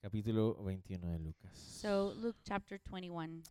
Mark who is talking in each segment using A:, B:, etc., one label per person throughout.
A: capítulo 21 de Lucas.
B: So, Luke chapter 21.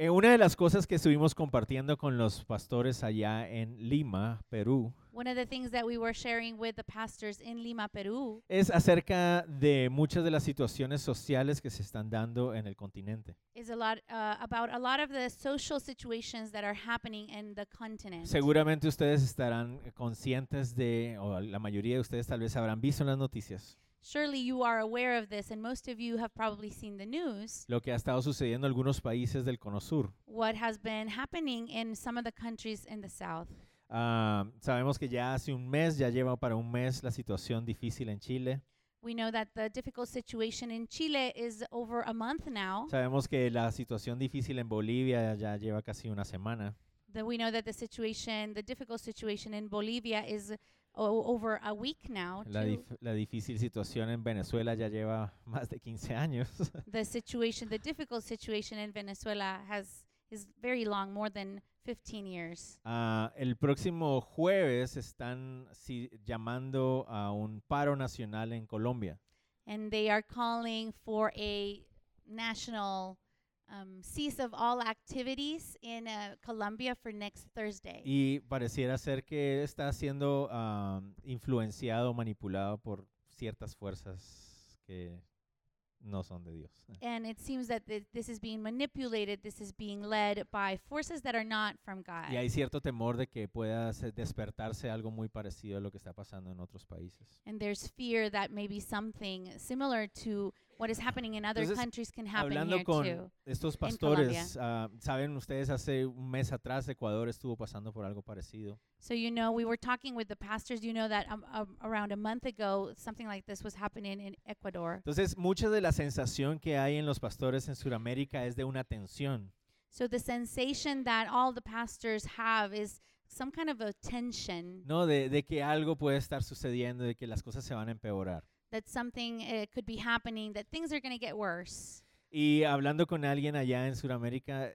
A: Eh, una de las cosas que estuvimos compartiendo con los pastores allá en Lima, Perú,
B: One of the things that we were sharing with the pastors in Lima, Peru,
A: es acerca de muchas de las situaciones sociales que se están dando en el continente.
B: is a lot uh, about a lot of the social situations that are happening in the continent.
A: Seguramente ustedes estarán eh, conscientes de, o la mayoría de ustedes tal vez habrán visto en las noticias,
B: Surely you are aware of this, and most of you have probably seen the news.
A: lo que ha estado sucediendo en algunos países del Cono Sur.
B: What has been happening in some of the countries in the south.
A: Ah, sabemos que ya hace un mes, ya lleva para un mes la situación difícil en Chile.
B: We know that the difficult situation in Chile is over a month now.
A: Sabemos que la situación difícil en Bolivia ya lleva casi una semana.
B: That we know that the situation, the difficult situation in Bolivia, is o- over a week now.
A: La,
B: too.
A: dif- la difícil situación en Venezuela ya lleva más de 15 años.
B: the situation, the difficult situation in Venezuela has is very long, more than 15 years.
A: Ah, el próximo jueves están si- llamando a un paro nacional en Colombia.
B: And they are calling for a national um, cease of all activities in uh, Colombia for next Thursday.
A: Y pareciera ser que está siendo ah, influenciado, manipulado por ciertas fuerzas que no son de Dios.
B: and it seems that thi- this is being manipulated, this is being led by forces that are not from God.
A: Y hay cierto temor de que pueda se- despertarse algo muy parecido a lo que está pasando en otros países.
B: And there's fear that maybe something similar to what is happening in other
A: Entonces,
B: countries can happen
A: Hablando
B: here
A: con
B: too.
A: estos
B: Colombia.
A: pastores, ah, saben ustedes, hace un mes atrás Ecuador estuvo pasando por algo parecido.
B: So you know, we were talking with the pastors. You know that um, um, around a month ago, something like this was happening in Ecuador.
A: Entonces, mucha de la sensación que hay en los pastores en Sudamérica es de una tensión.
B: So the sensation that all the pastors have is some kind of a tension
A: ¿no? De, de que algo puede estar sucediendo, de que las cosas se van a empeorar.
B: that something uh, could be happening, that things are going to get worse.
A: Y hablando con alguien allá en Sudamérica,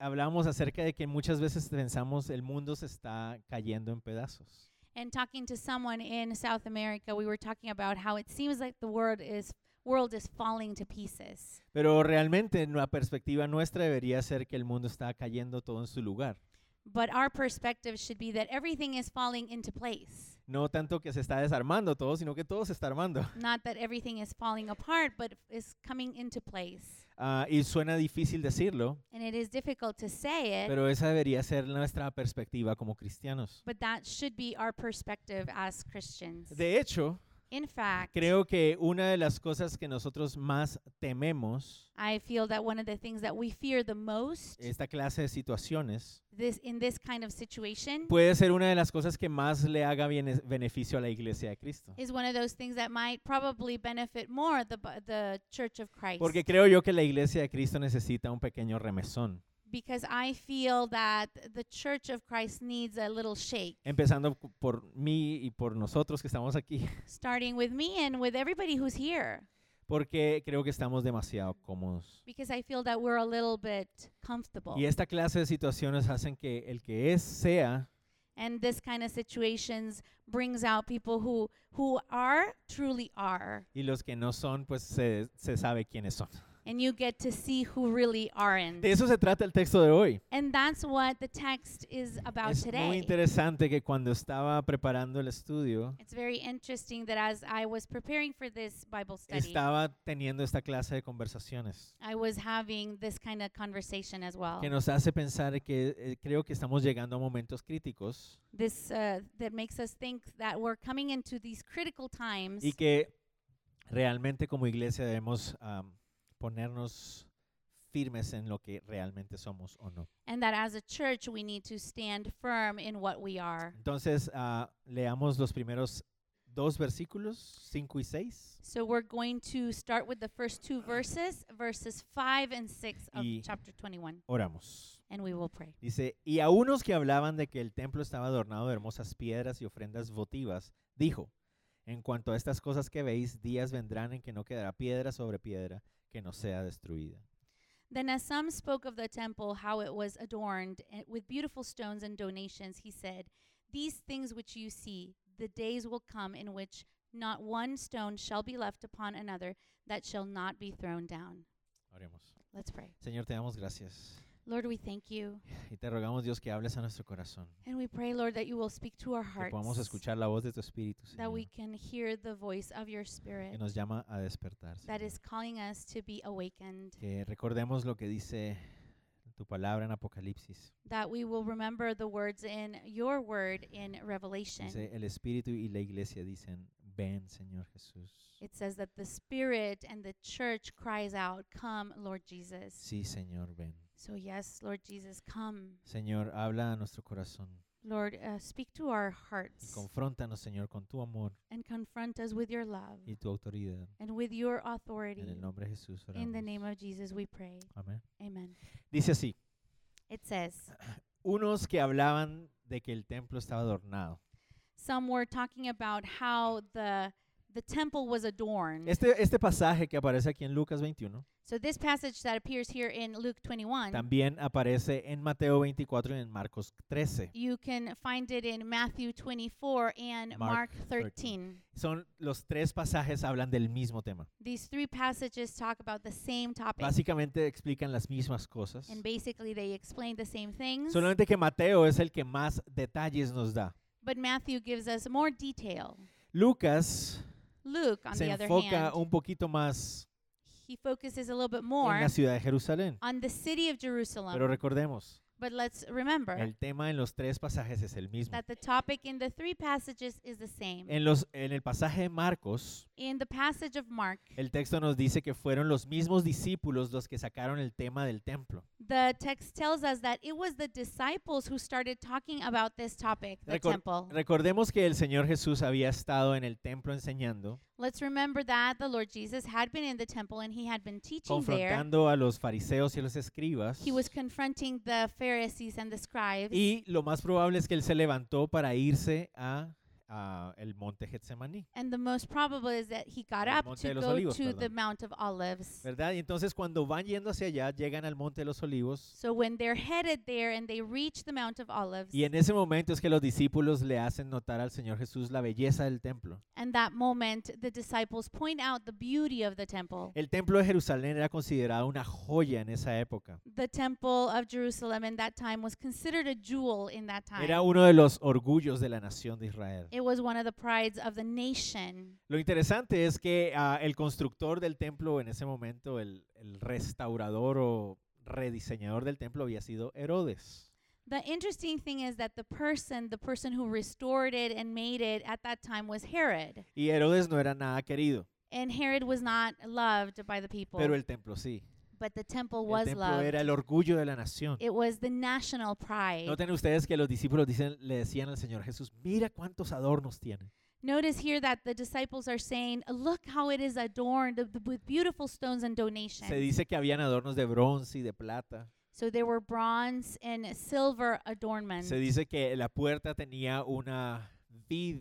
A: hablamos acerca de que muchas veces pensamos el mundo se está cayendo en pedazos.
B: And talking to someone in South America, we were talking about how it seems like the world is world is falling to pieces.
A: Pero realmente la perspectiva nuestra debería ser que el mundo está cayendo todo en su lugar.
B: But our perspective should be that everything is falling into place.
A: No tanto que se está desarmando todo, sino que todo se está armando.
B: Not that everything is falling apart, but is coming into place.
A: Ah, y suena difícil decirlo,
B: And it is difficult to say it,
A: pero esa debería ser nuestra perspectiva como cristianos.
B: but that should be our perspective as Christians.
A: De hecho,
B: In fact,
A: creo que una de las cosas que nosotros más tememos
B: I feel that one of the things that we fear the most
A: esta clase de situaciones
B: this in this kind of situation
A: puede ser una de las cosas que más le haga bienes- beneficio a la iglesia de Cristo.
B: is one of those things that might probably benefit more the bu- the Church of Christ.
A: Porque creo yo que la iglesia de Cristo necesita un pequeño remesón,
B: because I feel that the Church of Christ needs a little shake.
A: empezando cu- por mí y por nosotros que estamos aquí,
B: starting with me and with everybody who's here
A: porque creo que estamos demasiado cómodos.
B: because I feel that we're a little bit comfortable.
A: Y esta clase de situaciones hacen que el que es sea
B: And this kind of situations brings out people who who are truly are
A: y los que no son, pues se, se sabe quiénes son.
B: and you get to see who really aren't.
A: De eso se trata el texto de hoy.
B: and that's what the text is about
A: Es muy
B: today.
A: interesante que cuando estaba preparando el estudio,
B: It's very interesting that as I was preparing for this Bible study,
A: estaba teniendo esta clase de conversaciones
B: I was having this kind of conversation as well.
A: que nos hace pensar que eh, creo que estamos llegando a momentos críticos
B: This uh, that makes us think that we're coming into these critical times
A: y que realmente como iglesia debemos am, ponernos firmes en lo que realmente somos o no.
B: and that as a church we need to stand firm in what we are.
A: Entonces, ah, leamos los primeros dos versículos, 5 y 6.
B: So we're going to start with the first two verses, verses 5 and 6 of
A: Y-
B: chapter 21,
A: Oramos.
B: and we will pray.
A: Dice, y a unos que hablaban de que el templo estaba adornado de hermosas piedras y ofrendas votivas, dijo, en cuanto a estas cosas que veis, días vendrán en que no quedará piedra sobre piedra que no sea destruida.
B: Then, as some spoke of the temple, how it was adorned eh, with beautiful stones and donations, he said, These things which you see, the days will come in which Not one stone shall be left upon another that shall not be thrown down.
A: Oremos.
B: Let's pray.
A: Señor, te damos gracias.
B: Lord, we thank you.
A: Y te rogamos, Dios, que hables a nuestro corazón.
B: And we pray, Lord, that you will speak to our
A: Que
B: hearts.
A: podamos escuchar la voz de tu Espíritu,
B: That
A: Señor.
B: we can hear the voice of your spirit
A: Que nos llama a despertar.
B: that
A: Señor.
B: is calling us to be awakened.
A: Que recordemos lo que dice tu palabra en Apocalipsis.
B: That we will remember the words in your word in Revelation.
A: Dice, el Espíritu y la iglesia dicen, ven, Señor Jesús.
B: It says that the Spirit and the church cries out, Come, Lord Jesus.
A: Sí, Señor, ven.
B: So, yes, Lord Jesus, come.
A: Señor, habla a nuestro corazón
B: Lord, uh, speak to our
A: y
B: hearts
A: confróntanos, Señor, con tu amor
B: and confront us with your love
A: y tu autoridad.
B: and with your
A: En
B: authority.
A: el nombre de Jesús oramos.
B: In the name of Jesus, we pray.
A: Amén.
B: Amen.
A: Dice así,
B: It says,
A: unos que hablaban de que el templo estaba adornado.
B: Some were talking about how the the temple was adorned.
A: Este, este pasaje que aparece aquí en Lucas 21
B: So this passage that appears here in Luke 21,
A: también aparece en Mateo 24 y en Marcos 13.
B: you can find it in Matthew 24 and
A: Mark
B: Mark
A: 13.
B: 13.
A: Son los tres pasajes hablan del mismo tema.
B: These three passages talk about the same topic.
A: Básicamente explican las mismas cosas.
B: And basically, they explain the same things.
A: Solamente que Mateo es el que más detalles nos da.
B: But Matthew gives us more detail.
A: Lucas
B: Luke, on
A: se
B: the other
A: enfoca
B: hand,
A: un poquito más
B: he focuses a little bit
A: um en la
B: more
A: ciudad de Jerusalén.
B: on the city of
A: Pero
B: Jerusalem.
A: recordemos,
B: But let's remember
A: el tema en los tres pasajes es el mismo.
B: that the topic in the three passages is the same.
A: En, los, en el pasaje de Marcos,
B: In the passage of Mark,
A: el texto nos dice que fueron los mismos discípulos los que sacaron el tema del templo.
B: the text tells us that it was the disciples who started talking about this topic, the
A: Recor-
B: temple.
A: Recordemos que el Señor Jesús había estado en el templo enseñando,
B: Let's remember that the Lord Jesus had been in the temple and he had been teaching there.
A: confrontando a los fariseos y a los escribas.
B: He was confronting the Pharisees and the scribes.
A: Y lo más probable es que él se levantó para irse a, a el monte Getsemaní,
B: And the most probable is that he got
A: El
B: up
A: Monte
B: to
A: de
B: go
A: los Olivos,
B: to the
A: perdón.
B: Mount of Olives.
A: ¿verdad? Y entonces cuando van yendo hacia allá, llegan al monte de los olivos.
B: So when they're headed there and they reach the Mount of Olives,
A: Y en ese momento es que los discípulos le hacen notar al Señor Jesús la belleza del templo.
B: and that moment the disciples point out the beauty of the temple.
A: El templo de Jerusalén era considerado una joya en esa época.
B: The temple of Jerusalem in that time was considered a jewel in that time.
A: Era uno de los orgullos de la nación de Israel.
B: It was one of the prides of the nation.
A: Lo interesante es que ah, el constructor del templo en ese momento, el, el restaurador o rediseñador del templo había sido Herodes.
B: The interesting thing is that the person, the person who restored it and made it at that time was Herod.
A: Y Herodes no era nada querido,
B: And Herod was not loved by the people,
A: pero el templo sí.
B: but the temple
A: El
B: was
A: templo
B: loved. Eh,
A: era el orgullo de la nación.
B: It was the national pride.
A: Noten ustedes que los discípulos dicen, le decían al Señor Jesús, mira cuántos adornos tiene.
B: Notice here that the disciples are saying, Look how it is adorned of- with beautiful stones and
A: Se
B: donations.
A: dice que habían adornos de bronce y de plata.
B: So there were bronze and silver adornments.
A: Se dice que la puerta tenía una vid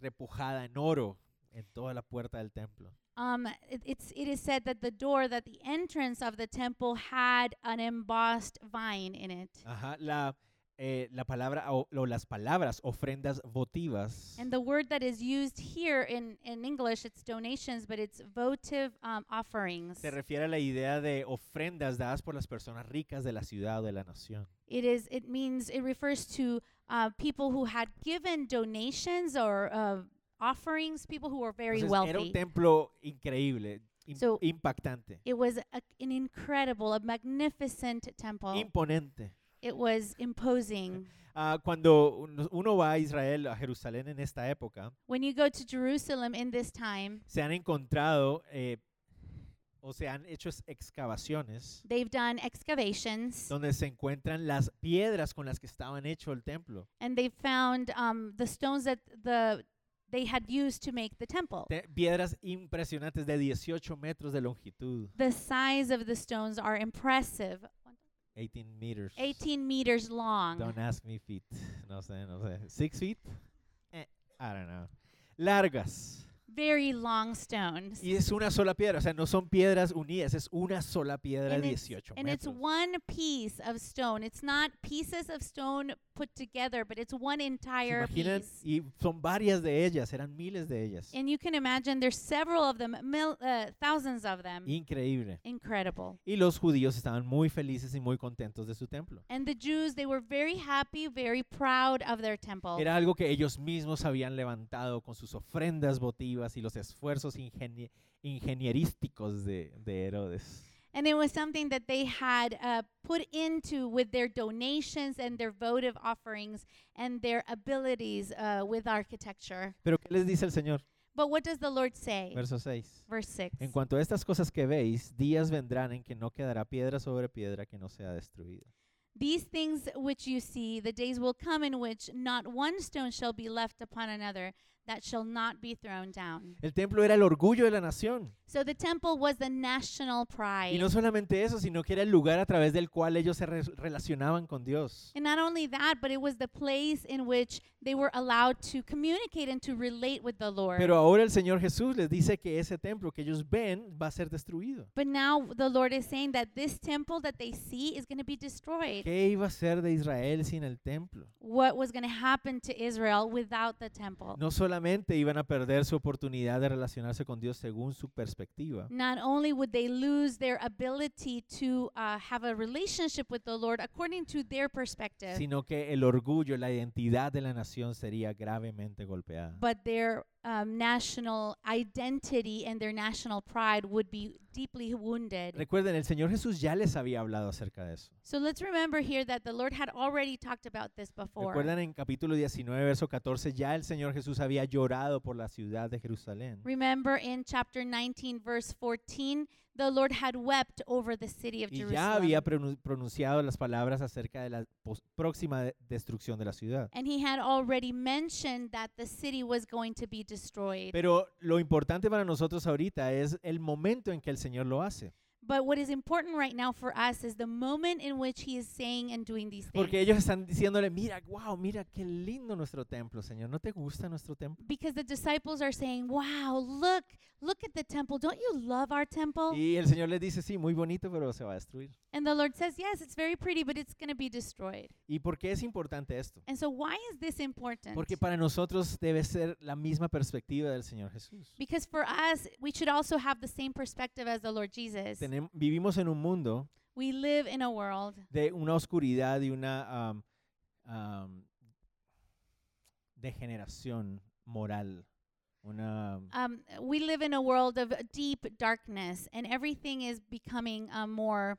A: repujada en oro en toda la puerta del templo.
B: Um, it, it's, it is said that the door, that the entrance of the temple had an embossed vine in it.
A: Ajá, la, eh, la palabra o, o las palabras ofrendas votivas
B: And the word that is used here in, in English, it's donations, but it's votive um, offerings.
A: se refiere a la idea de ofrendas dadas por las personas ricas de la ciudad o de la nación.
B: It is. It means. It refers to uh, people who had given donations or uh, offerings. People who were very
A: Entonces, era un
B: wealthy.
A: templo increíble, im-
B: So-
A: impactante,
B: It was a, an incredible, a magnificent temple.
A: imponente.
B: it was imposing.
A: Ah, cuando uno- uno va a Israel, a Jerusalén en esta época,
B: When you go to Jerusalem in this time,
A: se han encontrado eh, o se han hecho ex- excavaciones
B: they've done excavations
A: donde se encuentran las piedras con las que estaban hecho el templo.
B: and they found um, the stones that the they had used to make the temple.
A: Te- piedras impresionantes de 18 metros de longitud,
B: The size of the stones are impressive.
A: 18 meters.
B: 18 meters long.
A: Don't ask me feet. No sé, no sé. Six feet? Eh, I don't know. Largas.
B: Very long stones.
A: Y es una sola piedra, o sea, no son piedras unidas, es una sola piedra de
B: and it's-
A: 18
B: and it's
A: metros.
B: one piece of stone. It's not pieces of stone put together, but it's one
A: ¿Se
B: entire
A: imaginan?
B: piece.
A: Y son varias de ellas, eran miles de ellas.
B: And you can imagine there's several of them, mil, uh, thousands of them.
A: Increíble.
B: Incredible.
A: Y los judíos estaban muy felices y muy contentos de su templo.
B: And the Jews, they were very happy, very proud of their temple.
A: Era algo que ellos mismos habían levantado con sus ofrendas votivas y los esfuerzos ingenie- ingenierísticos de, de Herodes.
B: And it was something that they had uh, put into with their donations and their votive offerings and their abilities uh, with architecture.
A: Pero ¿qué les dice el Señor?
B: But what does the Lord say?
A: Verso 6.
B: Verse 6.
A: En cuanto a estas cosas que veis, días vendrán en que no quedará piedra sobre piedra que no sea destruida.
B: These things which you see, the days will come in which not one stone shall be left upon another that shall not be thrown down.
A: El templo era el orgullo de la nación.
B: So the temple was the national pride.
A: Y no solamente eso, sino que era el lugar a través del cual ellos se re- relacionaban con Dios.
B: and not only that, but it was the place in which they were allowed to communicate and to relate with the Lord.
A: Pero ahora el Señor Jesús les dice que ese templo que ellos ven va a ser destruido.
B: but now the Lord is saying that this temple that they see is going to be destroyed.
A: ¿Qué iba a ser de Israel sin el templo?
B: What was going to happen to Israel without the temple?
A: No solamente iban a perder su oportunidad de relacionarse con Dios según su perspectiva,
B: Not only would they lose their ability to uh, have a relationship with the Lord according to their perspective,
A: sino que el orgullo, la identidad de la nación sería gravemente golpeada.
B: but their um, national identity and their national pride would be deeply wounded.
A: Recuerden, el Señor Jesús ya les había hablado acerca de eso.
B: So let's remember here that the Lord had already talked about this before.
A: Recuerdan en capítulo 19, verso 14, ya el Señor Jesús había llorado por la ciudad de Jerusalén.
B: Remember in chapter 19, verse 14, the Lord had wept over the city of
A: Y ya había
B: Jerusalem.
A: pronun- pronunciado las palabras acerca de la pos- próxima de- destrucción de la ciudad.
B: And he had already mentioned that the city was going to be destroyed.
A: Pero lo importante para nosotros ahorita es el momento en que el Señor lo hace.
B: But what is important right now for us is the moment in which he is saying and doing these things.
A: Porque ellos están diciéndole, mira, wow, mira, qué lindo nuestro templo, Señor. ¿No te gusta nuestro templo?
B: because the disciples are saying, "Wow, look, look at the temple. Don't you love our temple?"
A: Y el Señor les dice, sí, muy bonito, pero se va a destruir.
B: And the Lord says, "Yes, it's very pretty, but it's going to be destroyed."
A: ¿Y por qué es importante esto?
B: And so why is this important?
A: Porque para nosotros debe ser la misma perspectiva del Señor Jesús.
B: because for us, we should also have the same perspective as the Lord Jesus.
A: Tenem- vivimos en un mundo
B: We live in a world
A: de una oscuridad y una am, am, degeneración moral. Una,
B: um, we live in a world of deep darkness, and everything is becoming uh, more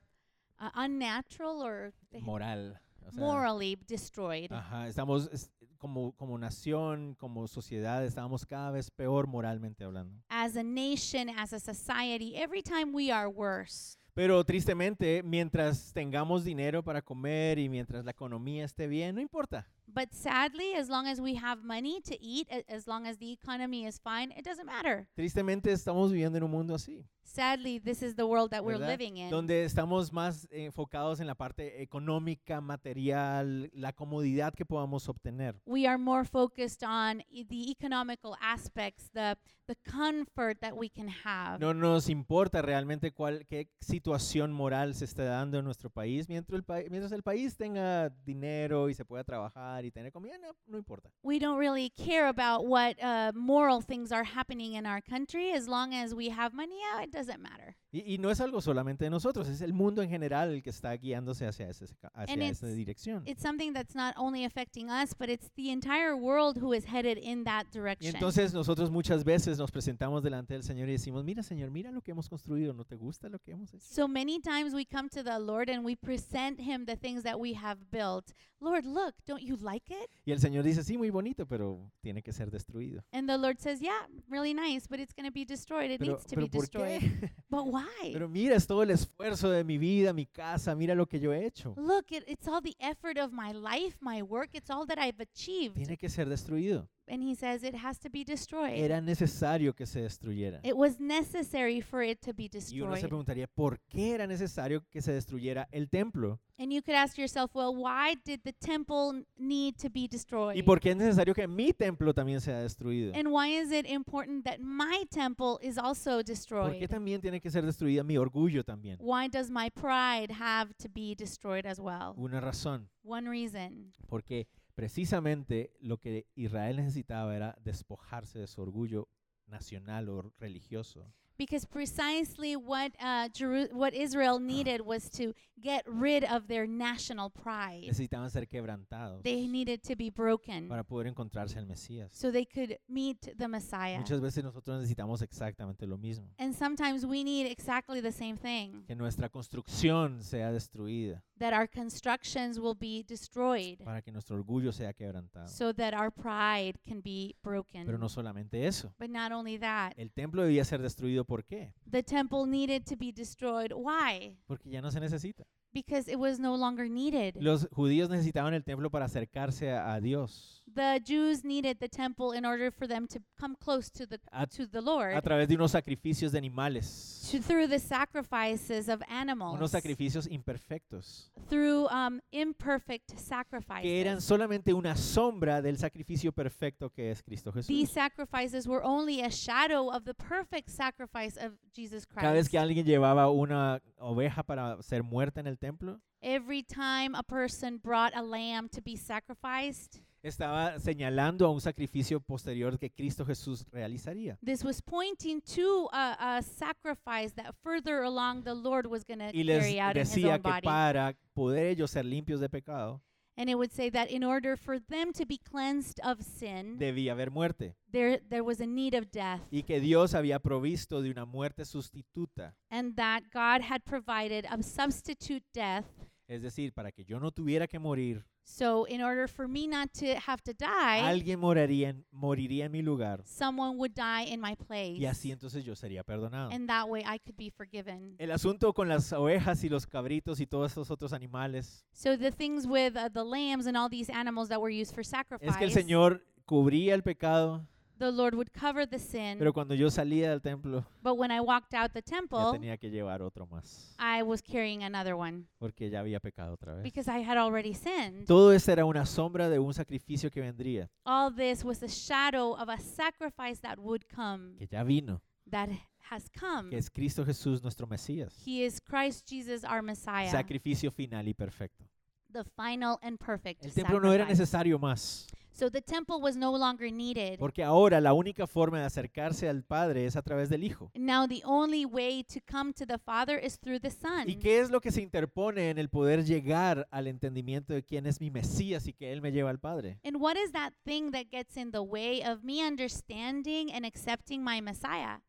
B: uh, unnatural or
A: moral. o sea,
B: morally destroyed.
A: Ajá, estamos es- como, como nación, como sociedad, estábamos cada vez peor moralmente hablando.
B: as a nation, as a society, every time we are worse.
A: Pero tristemente, mientras tengamos dinero para comer y mientras la economía esté bien, no importa.
B: But sadly, as long as we have money to eat, a- as long as the economy is fine, it doesn't matter.
A: Tristemente estamos viviendo en un mundo así,
B: Sadly, this is the world that we're
A: ¿Verdad?
B: living in,
A: donde estamos más enfocados en la parte económica, material, la comodidad que podamos obtener.
B: we are more focused on e- the economical aspects, the the comfort that we can have.
A: No nos importa realmente cuál, qué situación moral se está dando en nuestro país. Mientras el, pa- mientras el país tenga dinero y se pueda trabajar y tener comida, no, no importa.
B: We don't really care about what uh, moral things are happening in our country as long as we have money. Yeah, it doesn't matter.
A: Y, y no es algo solamente de nosotros, es el mundo en general el que está guiándose hacia, ese, ca- hacia esa
B: it's-
A: dirección.
B: It's something that's not only affecting us, but it's the entire world who is headed in that
A: Y
B: direction.
A: entonces nosotros muchas veces nos presentamos delante del Señor y decimos, mira Señor, mira lo que hemos construido, ¿no te gusta lo que hemos hecho?
B: So many times we come to the Lord and we present him the things that we have built. Lord, look, don't you like it?
A: Y el Señor dice, sí, muy bonito, pero tiene que ser destruido.
B: And the Lord says, Yeah, really nice, but it's going to be destroyed. It
A: Pero,
B: needs to
A: pero
B: be
A: ¿por qué?
B: destroyed. But why?
A: Pero mira, es todo el esfuerzo de mi vida, mi casa, mira lo que yo he hecho.
B: Look, it, it's all the effort of my life, my work, it's all that I've achieved.
A: Tiene que ser destruido.
B: And he says it has to be destroyed.
A: Era necesario que se destruyera.
B: It was necessary for it to be
A: Y uno se
B: destroyed.
A: preguntaría, ¿por qué era necesario que se destruyera el templo?
B: And you could ask yourself, well, why did the temple n- need to be destroyed?
A: ¿Y por qué es necesario que mi templo también sea destruido?
B: And why is it important that my temple is also
A: ¿Por qué
B: destroyed?
A: también tiene que ser destruida mi orgullo también?
B: Why does my pride have to be destroyed as well?
A: Una razón,
B: One reason.
A: porque precisamente lo que Israel necesitaba era despojarse de su orgullo nacional o religioso
B: Because precisely what, uh, Jeru- what Israel needed was to get rid of their national pride.
A: necesitaban ser quebrantados
B: They needed to be broken
A: para poder encontrarse al Mesías.
B: so they could meet the Messiah.
A: Muchas veces nosotros necesitamos exactamente lo mismo,
B: And sometimes we need exactly the same thing
A: que nuestra construcción sea destruida
B: that our constructions will be destroyed
A: para que nuestro orgullo sea quebrantado.
B: so that our pride can be
A: Pero
B: broken.
A: no solamente eso,
B: But not only that,
A: el templo debía ser destruido ¿por qué?
B: the temple needed to be destroyed. Why?
A: Porque ya no se necesita.
B: Because it was no longer needed.
A: Los judíos necesitaban el templo para acercarse a, a Dios
B: The Jews needed the temple in order for them to come close to the
A: a,
B: to the
A: a
B: Lord
A: través de unos sacrificios de animales,
B: to, through the sacrifices of
A: unos
B: animals,
A: sacrificios imperfectos,
B: through um, imperfect
A: que eran
B: sacrifices.
A: solamente una sombra del sacrificio perfecto que es Cristo
B: These
A: Jesús.
B: sacrifices were only a shadow of the perfect sacrifice of Jesus
A: Cada vez
B: Christ.
A: que alguien llevaba una oveja para ser muerta en el templo,
B: Every time a person brought a lamb to be sacrificed,
A: estaba señalando a un sacrificio posterior que Cristo Jesús realizaría.
B: This was pointing to a, a sacrifice that further along the Lord was going to
A: Y les
B: carry out in his
A: decía
B: own
A: que
B: body.
A: para poder ellos ser limpios de pecado,
B: And it would say that in order for them to be cleansed of sin,
A: debía haber muerte.
B: there, there was a need of death,
A: Y que Dios había provisto de una muerte sustituta
B: and that God had provided a substitute death.
A: Es decir, para que yo no tuviera que morir,
B: So, in order for me not to have to die,
A: alguien moraría en- moriría en mi lugar
B: someone would die in my place.
A: y así entonces yo sería perdonado.
B: And that way I could be forgiven.
A: El asunto con las ovejas y los cabritos y todos esos otros animales
B: So, the things with uh, the lambs and all these animals that were used for sacrifice,
A: es que el Señor cubría el pecado,
B: the Lord would cover the sin.
A: pero cuando yo salía del templo
B: But when I walked out the
A: ya
B: temple,
A: tenía que llevar otro más,
B: I was carrying another one
A: porque ya había pecado otra vez.
B: because I had already sinned.
A: Todo eso era una sombra de un sacrificio que vendría,
B: All this was a shadow of a sacrifice that would come,
A: que ya vino,
B: that has come.
A: que es Cristo Jesús nuestro Mesías,
B: He is Christ Jesus, our Messiah,
A: sacrificio final y perfecto.
B: the final and perfect
A: El templo no era
B: sacrifice.
A: necesario más.
B: So the temple was no longer needed.
A: Porque ahora la única forma de acercarse al Padre es a través del Hijo.
B: Now the only way to come to the Father is through the Son.
A: ¿Y qué es lo que se interpone en el poder llegar al entendimiento de quién es mi Mesías y que Él me lleva al Padre?
B: And what is that thing that gets in the way of me understanding and accepting my Messiah?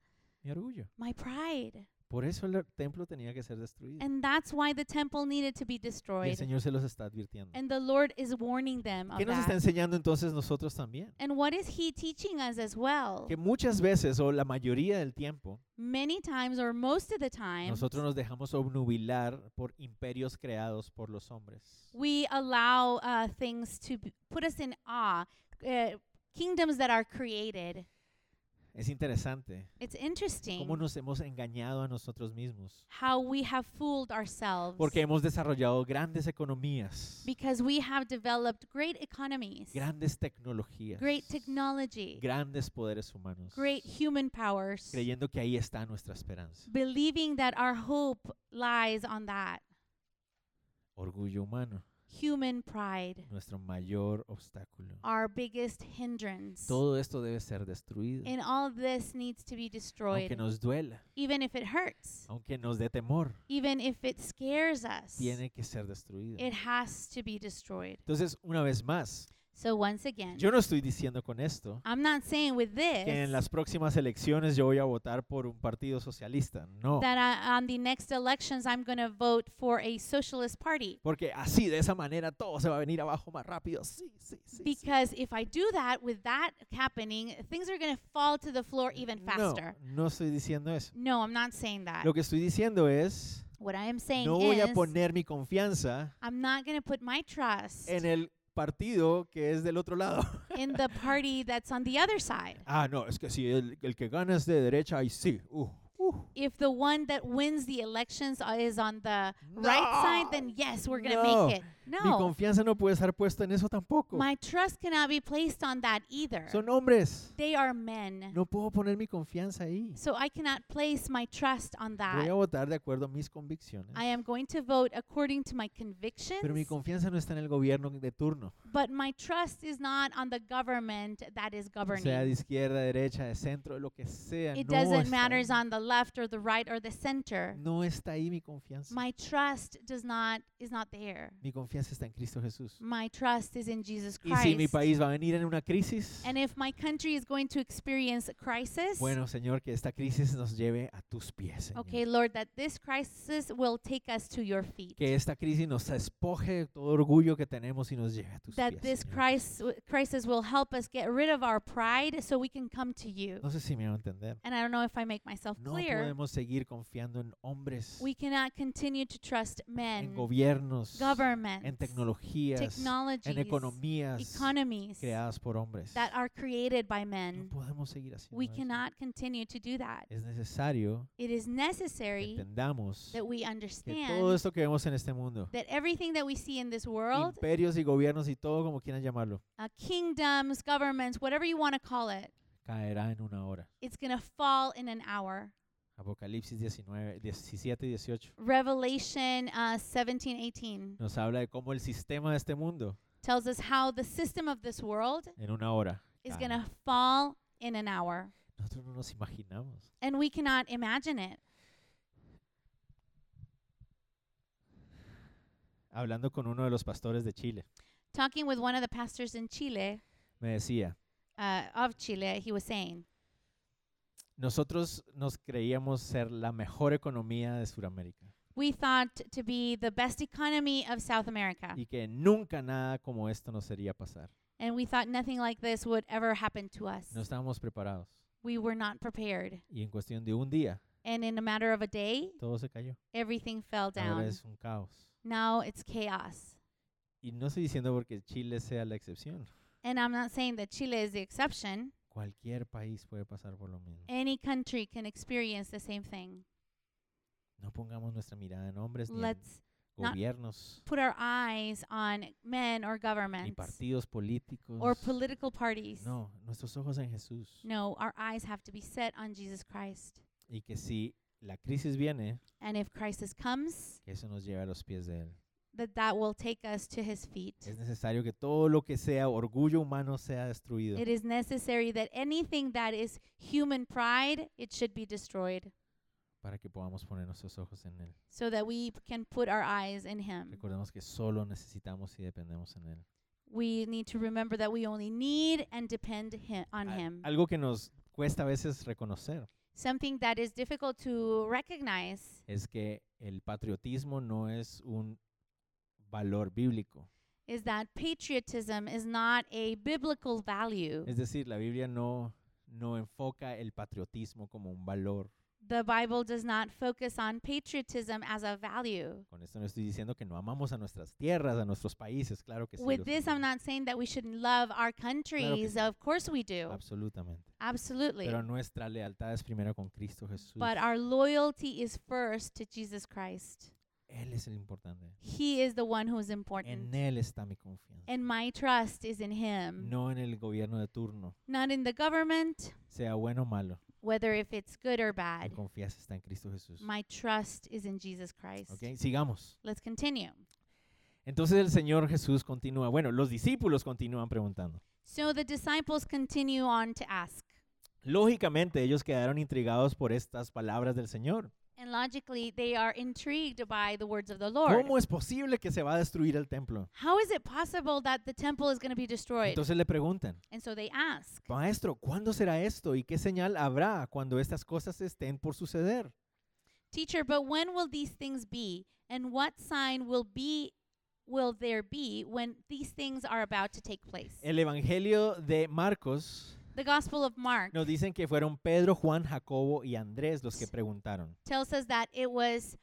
A: Mi orgullo.
B: My pride.
A: Por eso el templo tenía que ser destruido.
B: And that's why the temple needed to
A: Y
B: be
A: el
B: destroyed.
A: Señor se los está advirtiendo.
B: And the Lord is warning them
A: ¿Qué
B: of
A: nos está
B: that.
A: enseñando entonces nosotros también?
B: And what is He teaching us as well?
A: Que muchas veces o la mayoría del tiempo
B: Many times, or most of the time,
A: nosotros nos dejamos obnubilar por imperios creados por los hombres.
B: we allow uh, things to b- put us in awe, uh, kingdoms that are created.
A: Es interesante
B: It's
A: cómo
B: interesting
A: nos hemos engañado a nosotros mismos.
B: how we have fooled ourselves
A: Porque hemos desarrollado grandes economías.
B: because we have developed great economies,
A: grandes tecnologías,
B: great technology,
A: grandes poderes humanos,
B: great human powers,
A: creyendo que ahí está nuestra esperanza,
B: believing that our hope lies on that
A: orgullo humano,
B: human pride.
A: nuestro mayor obstáculo.
B: our biggest hindrance.
A: Todo esto debe ser destruido,
B: And all this needs to be destroyed,
A: aunque nos duela,
B: even if it hurts,
A: aunque nos dé temor,
B: even if it scares us.
A: tiene que ser destruido.
B: It has to be destroyed.
A: Entonces, una vez más,
B: So, once again,
A: yo no estoy diciendo con esto
B: I'm not saying with
A: que en
B: this
A: las próximas elecciones yo voy a votar por un partido socialista, no,
B: that I, on the next elections I'm going to vote for a socialist party.
A: porque así, de esa manera, todo se va a venir abajo más rápido. Sí, sí, sí. sí.
B: Because if I do that, with that happening, things are going to fall to the floor even
A: No,
B: faster.
A: no estoy diciendo eso.
B: No, I'm not saying that.
A: Lo que estoy diciendo es,
B: What I am saying
A: no voy a
B: is,
A: poner mi confianza
B: I'm not going to put my trust
A: en el partido que es del otro lado.
B: in the party that's on the other side.
A: Ah, no, es que si el, el que gana es de derecha, y sí. Uh, uh.
B: If the one that wins the elections uh, is on the right side, then yes, we're going to
A: No.
B: make it.
A: Mi
B: No,
A: confianza no puede estar puesta en eso tampoco.
B: my trust cannot be placed on that either.
A: Son hombres.
B: They are men.
A: No puedo poner mi confianza ahí.
B: So I cannot place my trust on
A: Voy a
B: that.
A: votar de acuerdo a mis convicciones.
B: I am going to vote according to my
A: Pero mi
B: convictions,
A: confianza no está en el gobierno de turno.
B: but my trust is not on the government that is
A: Sea de
B: governing.
A: izquierda, derecha, de centro, de lo que sea.
B: It
A: no,
B: doesn't
A: está
B: matter
A: ahí.
B: on the left or the right or the center.
A: No está ahí mi confianza.
B: My trust does not is not there.
A: mi confianza está en Cristo Jesús.
B: My trust is in Jesus
A: Y si mi
B: Christ.
A: país va a venir en una crisis,
B: And if my country is going to experience a crisis,
A: bueno, Señor, que esta crisis nos lleve a tus pies. Señor.
B: okay, Lord, that this crisis will take us to your feet.
A: Que esta crisis nos despoje de todo orgullo que tenemos y nos lleve a tus
B: That
A: pies.
B: this
A: Señor.
B: crisis, crisis will help us get rid of our pride so we can come to you.
A: No sé si me van a entender.
B: And I don't know if I make myself
A: No
B: clear.
A: podemos seguir confiando en hombres,
B: We cannot continue to trust
A: en
B: men,
A: gobiernos, en
B: governments,
A: tecnologías, en
B: technologies,
A: economías
B: economies
A: creadas por hombres.
B: that are created by
A: No
B: men.
A: podemos seguir haciendo
B: We
A: eso.
B: cannot continue to do that.
A: Es necesario
B: It is
A: que
B: necessary
A: entendamos
B: that we
A: que todo
B: understand
A: esto que vemos en este mundo,
B: that everything that we see in this world
A: imperios y gobiernos y todo como quieran llamarlo,
B: uh, kingdoms, governments, whatever you want to call it,
A: caerá en una hora.
B: it's going to fall in an hour.
A: Apocalipsis 19, 17 y 18
B: Revelation uh, 17, 18
A: nos habla de cómo el sistema de este mundo
B: tells us how the system of this world
A: en una hora.
B: is
A: cae.
B: going to fall in an hour.
A: Nosotros no nos imaginamos.
B: And we cannot imagine it.
A: Hablando con uno de los pastores de Chile,
B: Talking with one of the pastors in Chile,
A: me decía,
B: uh, of Chile, he was saying,
A: nosotros nos creíamos ser la mejor economía de Sudamérica
B: We thought to be the best economy of South America.
A: y que nunca nada como esto nos sería pasar.
B: And we thought nothing like this would ever happen to us.
A: No estábamos preparados
B: We were not prepared.
A: y en cuestión de un día
B: And in a matter of a day,
A: todo se cayó.
B: everything fell
A: Ahora
B: down.
A: es un caos.
B: Now it's chaos.
A: Y no estoy diciendo porque Chile sea la excepción.
B: And I'm not saying that Chile is the exception.
A: Cualquier país puede pasar por lo mismo.
B: Any country can experience the same thing.
A: No pongamos nuestra mirada en hombres, ni en
B: Let's not-
A: gobiernos,
B: put our eyes on men or
A: ni
B: governments
A: partidos políticos.
B: or political parties.
A: No, nuestros ojos en Jesús.
B: No, our eyes have to be set on Jesus Christ.
A: Y que si la crisis viene,
B: And if crisis comes,
A: que eso nos lleve a los pies de Él.
B: that that will take us to his feet.
A: Es necesario que todo lo que sea orgullo humano sea destruido.
B: It is necessary that anything that is human pride, it should be destroyed
A: para que podamos poner nuestros ojos en Él.
B: so that we p- can put our eyes in him.
A: Recordemos que solo necesitamos y dependemos en Él.
B: We need to remember that we only need and depend hi- on
A: Al-
B: him.
A: algo que nos cuesta a veces reconocer
B: Something that is difficult to recognize
A: es que el patriotismo no es un valor bíblico.
B: is that patriotism is not a biblical value.
A: Es decir, la Biblia no, no enfoca el patriotismo como un valor.
B: The Bible does not focus on patriotism as a value.
A: Con esto no estoy diciendo que no amamos a nuestras tierras, a nuestros países, claro que sí.
B: With
A: los
B: this, I'm
A: amamos,
B: not saying that we shouldn't love our countries.
A: sí.
B: Of course, we do.
A: Absolutamente.
B: Absolutely.
A: Pero nuestra lealtad es primero con Cristo Jesús.
B: But our loyalty is first to Jesus Christ.
A: Él es el importante.
B: He is the one who is
A: En
B: important.
A: Él está mi confianza.
B: And my trust is in Him,
A: No en el gobierno de turno,
B: not in the government,
A: sea bueno o malo.
B: whether if it's good or
A: Mi
B: bad.
A: confianza está en Cristo Jesús.
B: My trust is in Jesus Christ.
A: ¿Ok? Sigamos.
B: Let's continue.
A: Entonces el Señor Jesús continúa. Bueno, los discípulos continúan preguntando.
B: So the disciples continue on to ask.
A: Lógicamente ellos quedaron intrigados por estas palabras del Señor.
B: And logically, they are intrigued by the words of the Lord.
A: ¿Cómo es posible que se va a destruir el templo?
B: How is it possible that the temple is going to be destroyed?
A: Entonces le preguntan,
B: And so they ask,
A: Maestro, ¿cuándo será esto y qué señal habrá cuando estas cosas estén por suceder?
B: Teacher, but when will these things be? And what sign will be will there be when these things are about to take place?
A: El Evangelio de Marcos
B: The Gospel of Mark
A: nos dicen que fueron Pedro, Juan, Jacobo y Andrés los que preguntaron.
B: tells us that it was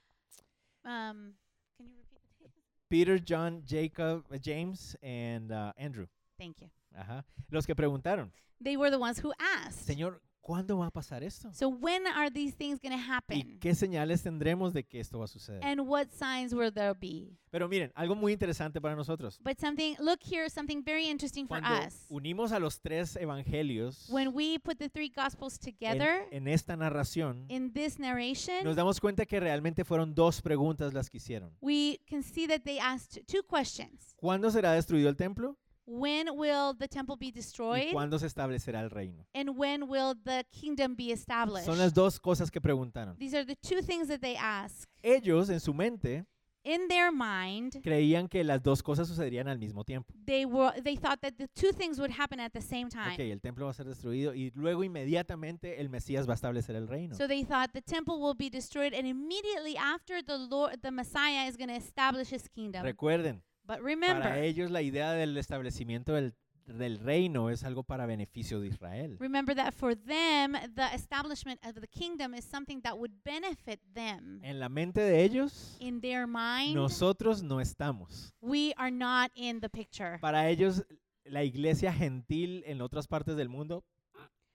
B: um can you repeat
A: Peter, John, Jacob, uh, James, and uh, Andrew.
B: Thank you.
A: Ajá. Los que preguntaron,
B: They were the ones who asked.
A: Señor, ¿cuándo va a pasar esto?
B: So when are these things going to
A: ¿Y
B: happen?
A: qué señales tendremos de que esto va a suceder?
B: And what signs will there be?
A: Pero miren, algo muy interesante para nosotros.
B: But something, look here, something very interesting for
A: Cuando
B: us.
A: unimos a los tres evangelios
B: When we put the three gospels
A: en,
B: together
A: en esta narración,
B: in this
A: nos
B: narration,
A: damos cuenta que realmente fueron dos preguntas las que hicieron.
B: we can see that they asked two questions.
A: ¿Cuándo será destruido el templo?
B: When will the temple be
A: ¿Y
B: destroyed?
A: cuándo se establecerá el reino?
B: And when will the kingdom be established?
A: Son las dos cosas que preguntaron.
B: These are the two things that they ask.
A: Ellos en su mente
B: In their mind,
A: creían que las dos cosas sucederían al mismo tiempo.
B: they were they thought that the two things would happen at the same time.
A: Ok, el templo va a ser destruido y luego inmediatamente el Mesías va a establecer el reino.
B: So they thought the temple will be destroyed, and immediately after the Lord, the Messiah is going to establish his kingdom.
A: Recuerden,
B: but remember,
A: para ellos la idea del establecimiento del, del reino es algo para beneficio de Israel.
B: remember that for them, the establishment of the kingdom is something that would benefit them.
A: En la mente de ellos,
B: In their mind,
A: nosotros no estamos.
B: we are not in the picture.
A: Para ellos, la iglesia gentil en otras partes del mundo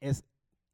A: es,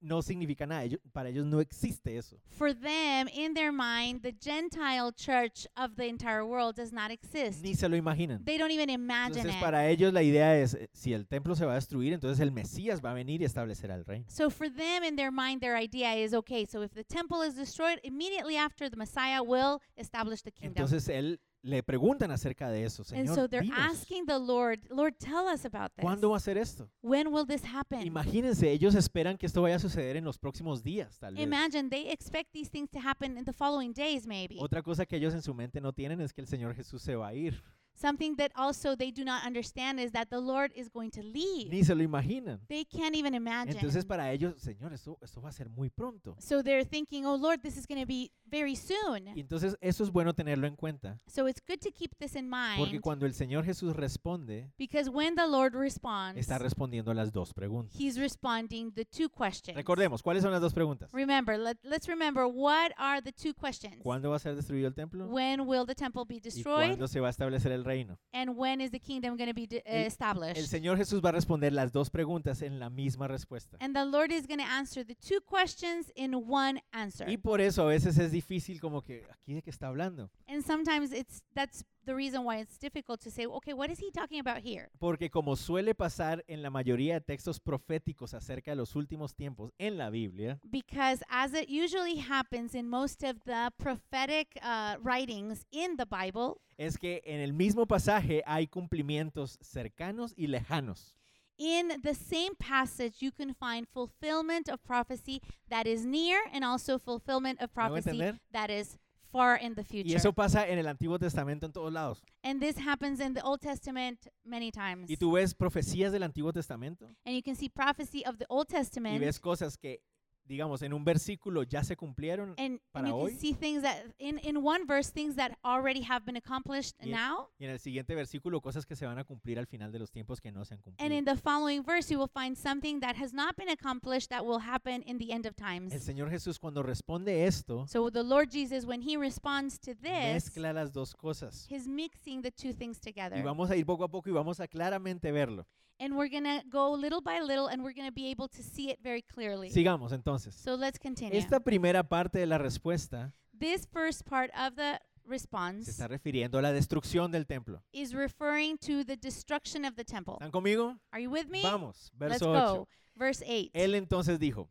A: no significa nada. Ellos- para ellos no existe eso.
B: For them, in their mind, the Gentile church of the entire world does not exist.
A: Ni se lo imaginan.
B: They don't even imagine
A: Entonces,
B: it.
A: para ellos la idea es, eh, si el templo se va a destruir, entonces el Mesías va a venir y establecerá el reino.
B: So for them, in their mind, their idea is okay. So if the temple is destroyed, immediately after the Messiah will establish the kingdom.
A: Entonces, él le preguntan acerca de eso,
B: and so
A: Señor,
B: they're
A: dinos,
B: asking the Lord, Lord, tell us about this.
A: ¿cuándo va a ser esto?
B: when will this happen?
A: Imagínense, ellos esperan que esto vaya a suceder en los próximos días, tal vez.
B: Imagine they expect these things to happen in the following days, maybe.
A: Otra cosa que ellos en su mente no tienen es que el Señor Jesús se va a ir.
B: Something that also they do not understand is that the Lord is going to leave.
A: Ni se lo imaginan.
B: They can't even imagine.
A: Entonces para ellos, Señor, esto, esto va a ser muy pronto.
B: so they're thinking, oh Lord, this is going to be very soon.
A: Y entonces eso es bueno tenerlo en cuenta,
B: So it's good to keep this in mind
A: porque cuando el Señor Jesús responde,
B: because when the Lord responds,
A: está respondiendo a las dos preguntas.
B: he's responding the two questions.
A: Recordemos, ¿cuáles son las dos preguntas?
B: Remember, let, let's remember what are the two questions?
A: ¿Cuándo va a ser destruido el templo?
B: When will the temple be
A: ¿Y
B: destroyed?
A: cuándo se va a establecer el reino?
B: And when is the kingdom going to be de-
A: El- El
B: established?
A: Señor Jesús va a responder las dos preguntas en la misma respuesta.
B: And the Lord is going to answer the two questions in one answer.
A: Y por eso a veces es difícil como que, ¿aquí de qué está hablando?
B: And sometimes it's that's the reason why it's difficult to say, okay, what is he talking about here?
A: Porque como suele pasar en la mayoría de textos proféticos acerca de los últimos tiempos en la Biblia,
B: Because as it usually happens in most of the prophetic uh, writings in the Bible,
A: es que en el mismo pasaje hay cumplimientos cercanos y lejanos.
B: in the same passage you can find fulfillment of prophecy that is near and also fulfillment of
A: ¿Me hago
B: prophecy
A: entender?
B: that is far in the
A: Y
B: future.
A: eso pasa en el Antiguo Testamento en todos lados.
B: and this happens in the Old Testament many times.
A: Y tú ves profecías del Antiguo Testamento
B: and you can see prophecy of the Old
A: y
B: Testament
A: ves cosas que, digamos, en un versículo ya se cumplieron
B: and,
A: para
B: and you
A: hoy.
B: can see things that in, in one verse things that already have been accomplished
A: Y en-
B: now
A: y en el siguiente versículo cosas que se van a cumplir al final de los tiempos que no se han
B: and in
A: cumplido.
B: the following verse you will find something that has not been accomplished that will happen in the end of times
A: El Señor Jesús cuando responde esto,
B: so the lord jesus when he responds to this
A: mezcla las dos cosas.
B: he's mixing the two things
A: Y
B: together
A: vamos a ir poco a poco y vamos a claramente verlo.
B: and we're gonna go little by little and we're gonna be able to see it very clearly
A: Sigamos entonces.
B: so let's continue
A: Esta primera parte de la respuesta
B: this first part of the
A: se
B: response
A: está refiriendo a la destrucción del templo.
B: is referring to the destruction of the temple
A: ¿Están conmigo?
B: are you with Oh. me
A: Vamos,
B: let's
A: verso 8.
B: go verse 8
A: Él entonces dijo,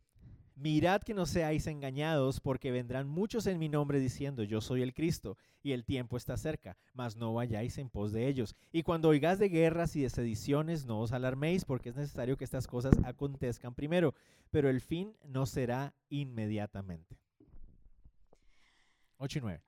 A: mirad que no seáis engañados, porque vendrán muchos en mi nombre diciendo, yo soy el Cristo, y el tiempo está cerca, mas no vayáis en pos de ellos. Y cuando oigáis de guerras y de sediciones, no os alarméis, porque es necesario que estas cosas acontezcan primero, pero el fin no será inmediatamente. 8 y 9.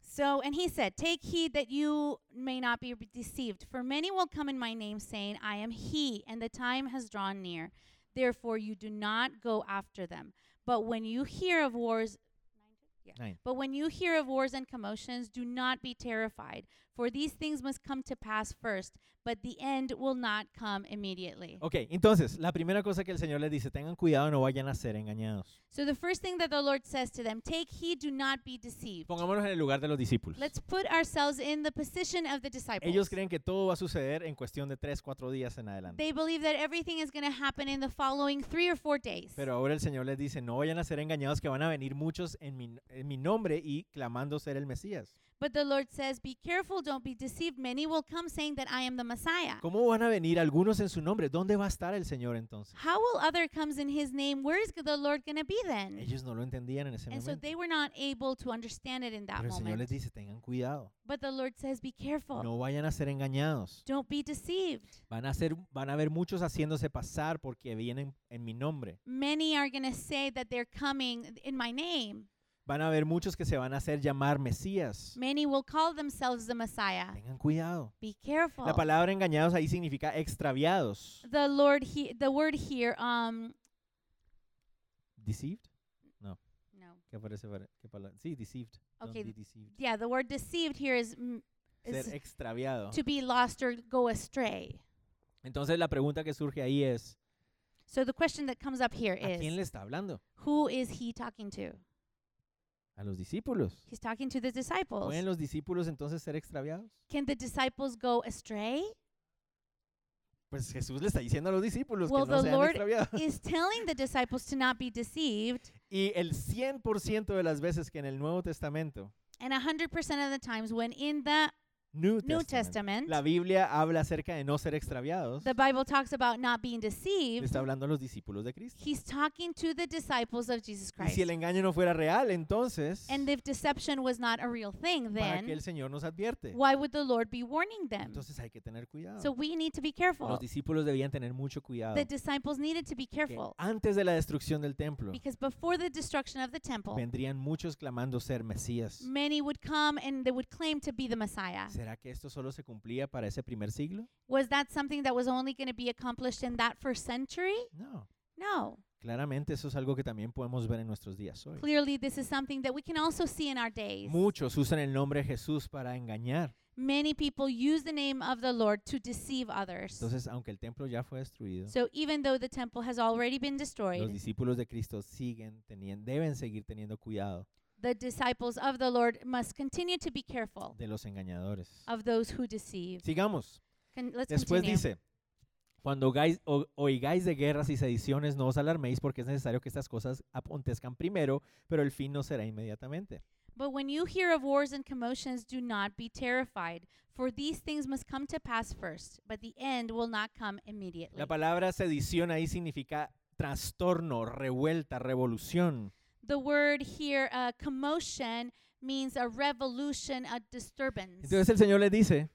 B: So, and he said, Take heed that you may not be deceived, for many will come in my name, saying, I am he, and the time has drawn near. Therefore, you do not go after them. But when you hear of wars, Yeah.
A: Nine.
B: But when you hear of wars and commotions, do not be terrified, for these things must come to pass first, but the end will not come immediately.
A: Ok, entonces, la primera cosa que el Señor les dice, tengan cuidado, no vayan a ser engañados.
B: So the first thing that the Lord says to them, take heed, do not be deceived.
A: Pongámonos en el lugar de los discípulos.
B: Let's put ourselves in the position of the disciples.
A: Ellos creen que todo va a suceder en cuestión de tres, cuatro días en adelante.
B: They believe that everything is going to happen in the following three or four days.
A: Pero ahora el Señor les dice, no vayan a ser engañados, que van a venir muchos en mi, en mi nombre y clamando ser el Mesías.
B: but the Lord says, Be careful, don't be deceived. Many will come saying that I am the Messiah.
A: ¿Cómo van a venir algunos en su nombre? ¿Dónde va a estar el Señor entonces?
B: How will other comes in his name? Where is the Lord going to be then?
A: Ellos no lo entendían en ese
B: And so
A: momento.
B: they were not able to understand it in that
A: Pero el Señor les
B: moment.
A: dice, tengan cuidado,
B: But the Lord says, Be careful.
A: no vayan a ser engañados.
B: Don't be deceived.
A: Van a, ser, van a haber muchos haciéndose pasar porque vienen en mi nombre.
B: Many are going to say that they're coming in my name.
A: Van a haber muchos que se van a hacer llamar Mesías.
B: Many will call themselves the Messiah.
A: Tengan cuidado.
B: Be careful.
A: La palabra engañados ahí significa extraviados.
B: The Lord, he, the word here, um,
A: Deceived?
B: no,
A: ¿Qué aparece? para- qué palabra? Sí, deceived. Don't
B: Okay,
A: be deceived.
B: yeah, the word deceived here is, mm,
A: Ser
B: is
A: extraviado.
B: to be lost or go astray.
A: Entonces la pregunta que surge ahí es,
B: So the question that comes up here
A: ¿a quién
B: is,
A: le está hablando?
B: who is he talking to?
A: A los discípulos.
B: He's talking to the disciples.
A: ¿Pueden los discípulos entonces ser extraviados?
B: Can the disciples go astray?
A: Pues Jesús le está diciendo a los discípulos
B: Well,
A: que no
B: the
A: sean
B: Lord-
A: extraviados.
B: is telling the disciples to not be deceived,
A: Y el 100% de las veces que en el Nuevo Testamento,
B: and 100% of the times when in the
A: New
B: New
A: Testament,
B: Testament,
A: la Biblia habla acerca de no ser extraviados,
B: the Bible talks about not being
A: le
B: deceived,
A: está hablando a los discípulos de Cristo.
B: he's talking to the disciples of
A: Y si
B: Jesus Christ.
A: el engaño no fuera real, entonces,
B: And if deception was not a real thing,
A: ¿para qué
B: then
A: el Señor nos advierte?
B: why would the Lord be warning them?
A: Entonces hay que tener cuidado.
B: So we need to be
A: Los
B: careful.
A: discípulos debían tener mucho cuidado.
B: The disciples needed to be
A: que
B: careful
A: antes de la destrucción del templo,
B: because before the destruction of the temple,
A: vendrían muchos clamando ser Mesías.
B: many would come and they would claim to be the Messiah.
A: ¿Será que esto solo se cumplía para ese primer siglo?
B: Was that something that was only going to be accomplished in that first century?
A: No.
B: No.
A: Claramente eso es algo que también podemos ver en nuestros días hoy.
B: Clearly, this is something that we can also see in our days.
A: Muchos usan el nombre de Jesús para engañar.
B: Many people use the name of the Lord to deceive others.
A: Entonces, aunque el templo ya fue destruido,
B: So, even though the temple has already been
A: los
B: destroyed,
A: discípulos de Cristo siguen teniendo, deben seguir teniendo cuidado
B: the disciples of the Lord must continue to be careful
A: de los engañadores.
B: of those who deceive.
A: Sigamos.
B: Con- let's
A: Después
B: continue.
A: dice, cuando oigáis, o- oigáis de guerras y sediciones, no os alarméis porque es necesario que estas cosas acontezcan primero, pero el fin no será inmediatamente.
B: But when you hear of wars and commotions, do not be terrified, for these things must come to pass first, but the end will not come immediately.
A: La palabra sedición ahí significa trastorno, revuelta, revolución.
B: The word here, uh, commotion, means a revolution, a disturbance.
A: Entonces el Señor les dice,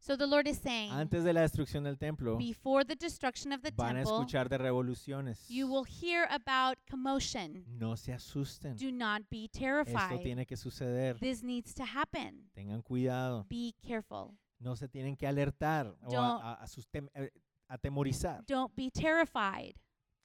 B: So the Lord is saying,
A: antes de la destrucción del templo,
B: before the destruction of the
A: van a
B: temple,
A: escuchar de revoluciones.
B: you will hear about commotion.
A: No se asusten.
B: Do not be
A: Esto
B: terrified.
A: Mm. tiene que suceder.
B: This needs to happen.
A: Tengan cuidado.
B: Be careful.
A: No se tienen que alertar o
B: Don't-
A: a- a- asusten- eh, atemorizar.
B: Don't be terrified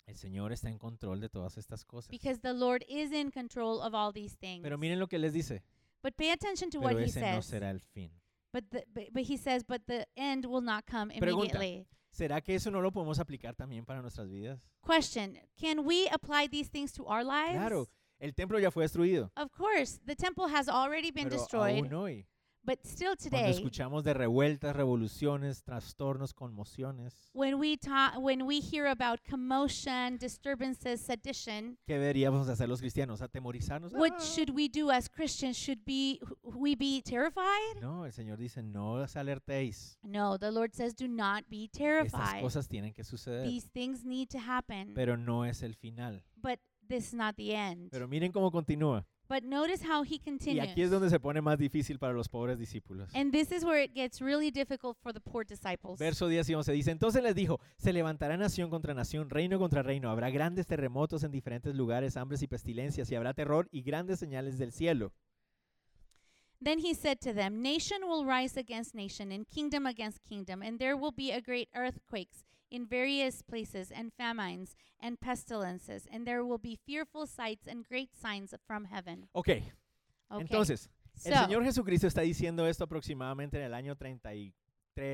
A: El Señor está en control de todas estas cosas.
B: because the Lord is in control of all these things.
A: Pero miren lo que les dice.
B: But pay attention to what
A: Pero
B: he
A: ese no
B: says.
A: será el fin.
B: But, the, but, but he says, but the end will not come
A: Pregunta.
B: immediately.
A: ¿Será que eso no lo podemos aplicar también para nuestras vidas?
B: Question Can we apply these things to our lives?
A: Claro, el templo ya fue destruido.
B: Of course, the temple has already been
A: Pero
B: destroyed,
A: aún hoy,
B: but still
A: cuando
B: today,
A: escuchamos de revueltas, revoluciones, trastornos, conmociones,
B: when we ta- when we hear about commotion, disturbances, sedition,
A: ¿qué deberíamos hacer los cristianos? ¿Atemorizarnos?
B: what
A: Ah.
B: should we do as Christians? Should be wh- we be terrified?
A: No, el Señor dice, no os alertéis.
B: No, the Lord says, do not be
A: Estas
B: terrified.
A: cosas tienen que suceder,
B: These things need to happen,
A: pero no es el final.
B: but this is not the end.
A: Pero miren cómo continúa.
B: But notice how he
A: Y
B: continues.
A: aquí es donde se pone más difícil para los pobres discípulos.
B: And this is where it gets really difficult for the poor disciples.
A: Verso 10 y 11 dice, entonces les dijo, se levantará nación contra nación, reino contra reino, habrá grandes terremotos en diferentes lugares, hambres y pestilencias, y habrá terror y grandes señales del cielo.
B: Then he said to them, Nation will rise against nation, and kingdom against kingdom, and there will be a great earthquakes in various places, and famines, and pestilences, and there will be fearful sights and great signs from heaven.
A: Ok,
B: Okay.
A: Entonces, el
B: So,
A: Señor Jesucristo está diciendo esto aproximadamente en el año 33,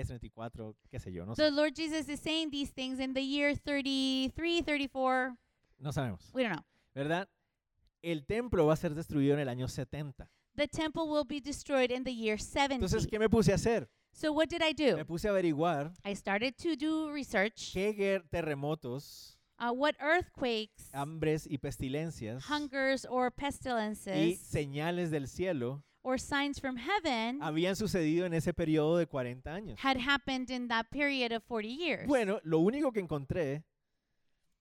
A: 34, qué sé yo, no, sé,
B: the Lord Jesus is saying these things in the year 33, 34.
A: no sabemos,
B: We don't know.
A: ¿verdad? El templo va a ser destruido en el año 70.
B: The temple will be destroyed in the year 70.
A: Entonces, ¿qué me puse a hacer?
B: so what did I
A: Me
B: do?
A: puse a averiguar
B: I started to do research.
A: qué guer- terremotos,
B: Uh, what earthquakes,
A: hambres y pestilencias
B: hungers, or
A: y
B: pestilences,
A: señales del cielo
B: or signs from heaven
A: habían sucedido en ese periodo de 40 años.
B: had happened in that period of 40 years.
A: Bueno, lo único que encontré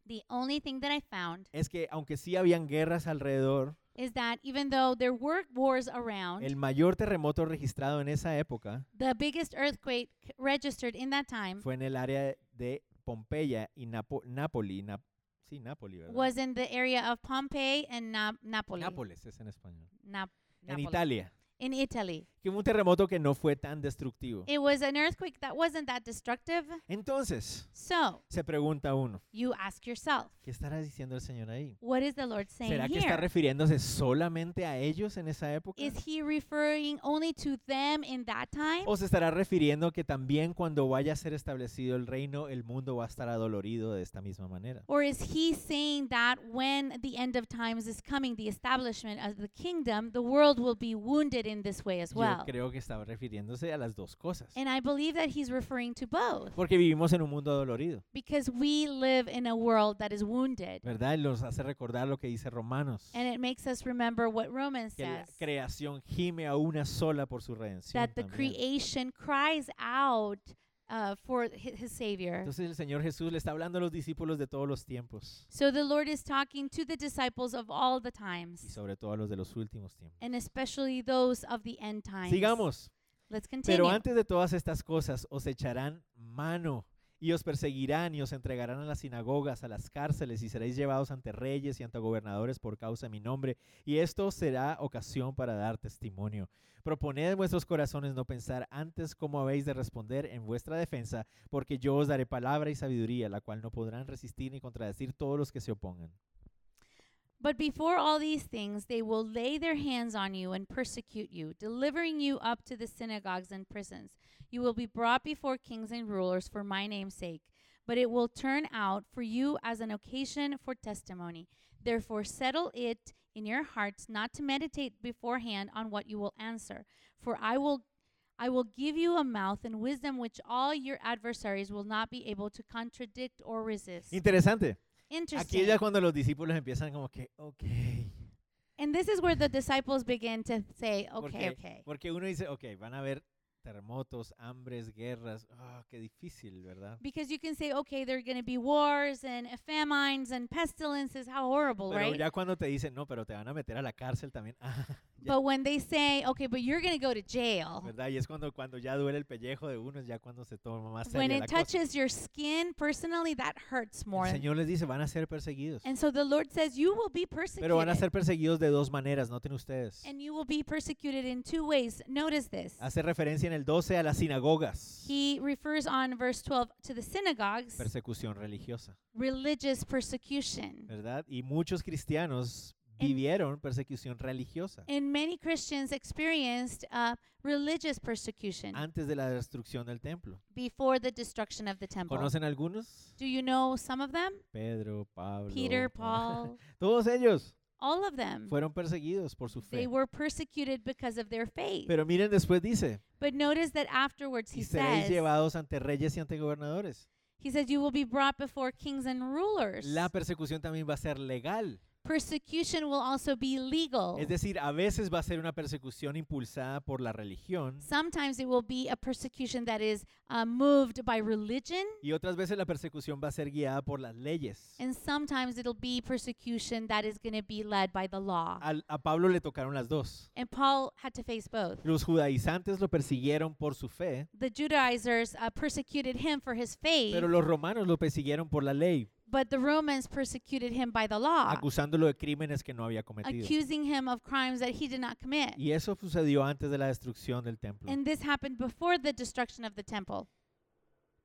B: the only thing that I found
A: es que aunque sí habían guerras alrededor,
B: is that even though there were wars around,
A: el mayor terremoto registrado en esa época
B: the biggest earthquake registered in that time
A: fue en el área de Pompeya y Napo- Nápoli. Nap- sí, Nápoli, ¿verdad?
B: was in the area of Pompeii and Na- Napoli.
A: Nápoles es en español.
B: Nap-
A: En
B: Napoli.
A: Italia.
B: In Italy.
A: Que fue un terremoto que no fue tan destructivo.
B: It was an earthquake that wasn't that destructive.
A: Entonces,
B: So
A: se pregunta uno,
B: you ask yourself,
A: ¿qué estará diciendo el Señor ahí?
B: what is the Lord saying
A: ¿Será que está
B: here?
A: refiriéndose solamente a ellos en esa época?
B: Is he referring only to them in that time?
A: ¿O se estará refiriendo que también cuando vaya a ser establecido el reino, el mundo va a estar adolorido de esta misma manera?
B: Or is he saying that when the end of times is coming, the establishment of the kingdom, the world will be wounded in this way as
A: Yo
B: well?
A: creo que estaba refiriéndose a las dos cosas.
B: And I believe that he's referring to both
A: Porque vivimos en un mundo adolorido,
B: because we live in a world that is wounded.
A: ¿verdad? Y Los hace recordar lo que dice Romanos.
B: And it makes us remember what Romans
A: que la
B: says
A: creación gime a una sola por su redención.
B: that the
A: también.
B: creation cries out uh, for hi- his Savior.
A: Entonces el Señor Jesús le está hablando a los discípulos de todos los tiempos
B: So the Lord is talking to the disciples of all the
A: y
B: times,
A: sobre todo a los de los últimos tiempos.
B: and especially those of the end times.
A: Sigamos.
B: Let's continue.
A: Pero antes de todas estas cosas os echarán mano y os perseguirán y os entregarán a las sinagogas, a las cárceles y seréis llevados ante reyes y ante gobernadores por causa de mi nombre. Y esto os será ocasión para dar testimonio. Proponed en vuestros corazones no pensar antes cómo habéis de responder en vuestra defensa, porque yo os daré palabra y sabiduría, la cual no podrán resistir ni contradecir todos los que se opongan.
B: But before all these things, they will lay their hands on you and persecute you, delivering you up to the synagogues and prisons. You will be brought before kings and rulers for my name's sake. But it will turn out for you as an occasion for testimony. Therefore, settle it in your hearts not to meditate beforehand on what you will answer. For I will I will give you a mouth and wisdom which all your adversaries will not be able to contradict or resist.
A: Interesante. Aquí
B: Interesting.
A: es ya cuando los discípulos empiezan como que, ok.
B: And this is where the disciples begin to say, okay,
A: Porque-
B: okay.
A: Porque uno dice, ok, van a haber terremotos, hambres, guerras. Ah, qué difícil, ¿verdad?
B: Because you can say, okay, there are going to be wars and uh, famines and pestilences. How horrible,
A: Pero
B: right? Oh.
A: ya cuando te dicen, no, pero te van a meter a la cárcel también. Ah, ya,
B: But when they say, okay, but you're going to go to jail,
A: ¿verdad? Y es cuando, cuando ya duele el pellejo de uno, es ya cuando se toma más
B: when
A: seria la
B: it
A: cosa.
B: touches your skin, personally, that hurts more.
A: El Señor les dice, van a ser perseguidos.
B: And so the Lord says, you will be
A: Pero van a
B: persecuted.
A: ser perseguidos de dos maneras, noten ustedes.
B: And you will be persecuted in two ways. Notice this.
A: Hace referencia en el 12 a las sinagogas.
B: He refers on verse 12 to the synagogues,
A: Persecución religiosa,
B: religious persecution.
A: ¿verdad? Y muchos cristianos
B: En-
A: vivieron persecución religiosa
B: And many Christians experienced uh, religious persecution
A: antes de la destrucción del templo.
B: before the destruction of the temple.
A: ¿Conocen algunos?
B: Do you know some of them?
A: Pedro, Pablo,
B: Peter,
A: Juan.
B: Paul,
A: Todos ellos
B: all of them.
A: fueron perseguidos por su
B: They
A: fe.
B: were persecuted because of their faith.
A: Pero miren, después dice,
B: But notice that afterwards he
A: y seréis
B: says,
A: llevados ante reyes y ante gobernadores.
B: he says, you will be brought before kings and rulers.
A: La persecución también va a ser legal.
B: Persecution will also be legal.
A: Es decir, a veces va a ser una persecución impulsada por la religión
B: Sometimes it will be a persecution that is uh, moved by religion,
A: y otras veces la persecución va a ser guiada por las leyes.
B: and sometimes it'll be persecution that is going to be led by the law.
A: Al- a Pablo le tocaron las dos.
B: And Paul had to face both.
A: Los judaizantes lo persiguieron por su fe,
B: The Judaizers uh, persecuted him for his faith,
A: pero los romanos lo persiguieron por la ley,
B: but the Romans persecuted him by the law,
A: acusándolo de crímenes que no había cometido.
B: accusing him of crimes that he did not commit.
A: Y eso sucedió antes de la destrucción del templo.
B: And this happened before the destruction of the temple.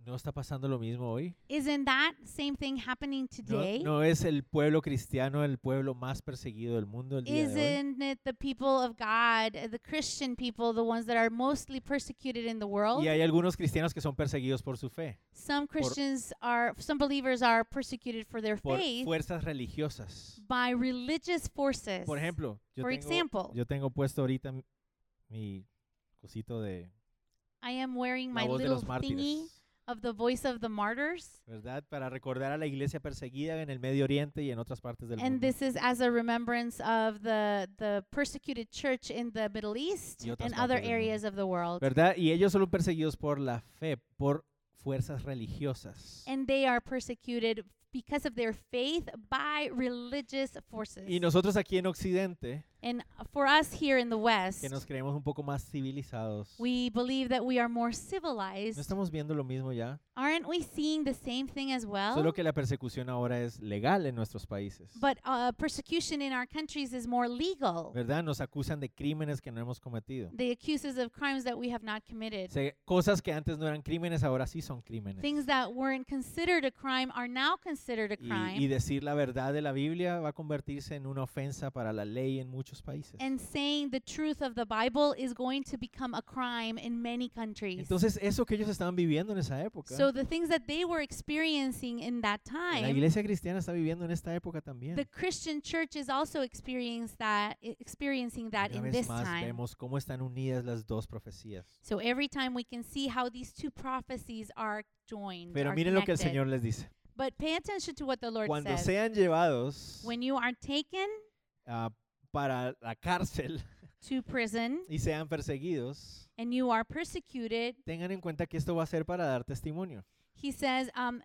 A: ¿No está pasando lo mismo hoy?
B: Isn't that same thing happening
A: ¿No,
B: today?
A: no es el pueblo cristiano el pueblo más perseguido del mundo el día de hoy?
B: Isn't it the people of God, uh, the Christian people, the ones that are mostly persecuted in the world?
A: Y hay algunos cristianos que son perseguidos por su fe,
B: Some Christians are, some believers are persecuted for their
A: por
B: faith
A: fuerzas religiosas.
B: by religious forces.
A: Por ejemplo, yo
B: For
A: tengo,
B: example,
A: yo tengo puesto ahorita mi- mi cosito de
B: I am wearing
A: la
B: my
A: voz de
B: little
A: los
B: thingy
A: mártires,
B: of the voice of the martyrs.
A: ¿verdad? Para recordar a la iglesia perseguida en el Medio Oriente y en otras partes del
B: And
A: mundo.
B: this is as a remembrance of the, the persecuted church in the Middle East
A: Y otras
B: and other
A: partes del mundo.
B: areas of the world.
A: ¿Verdad? Y ellos son perseguidos por la fe, por fuerzas religiosas.
B: And they are persecuted because of their faith by religious forces.
A: Y nosotros aquí en Occidente,
B: and for us here in the West,
A: que nos creemos un poco más civilizados, ¿no
B: we believe that we are more civilized.
A: estamos viendo lo mismo ya?
B: Aren't we seeing the same thing as well?
A: Solo que la persecución ahora es legal en nuestros países.
B: but uh, persecution in our countries is more legal.
A: ¿Verdad? Nos acusan de crímenes que no hemos cometido.
B: They accuse us of crimes that we have not committed.
A: Se- cosas que antes no eran crímenes, ahora sí son crímenes.
B: Things that weren't considered a crime are now considered a
A: Y,
B: crime.
A: y decir la verdad de la Biblia va a convertirse en una ofensa para la ley en muchos países.
B: and saying the truth of the Bible is going to become a crime in many countries.
A: Entonces, eso que ellos estaban viviendo en esa época,
B: so the things that they were experiencing in that
A: la
B: time,
A: iglesia cristiana está viviendo en esta época también.
B: the Christian church is also experiencing that e, experiencing that
A: Una
B: in
A: vez
B: this
A: más
B: time.
A: vemos cómo están unidas las dos profecías.
B: So every time we can see how these two prophecies are joined.
A: Pero
B: are
A: miren lo que el
B: connected.
A: Señor les dice.
B: But pay attention to what the Lord
A: Cuando
B: says.
A: sean llevados
B: when you are taken
A: ah, para la cárcel
B: to prison
A: y sean perseguidos,
B: and you are persecuted,
A: tengan en cuenta que esto va a ser para dar testimonio.
B: he says, um,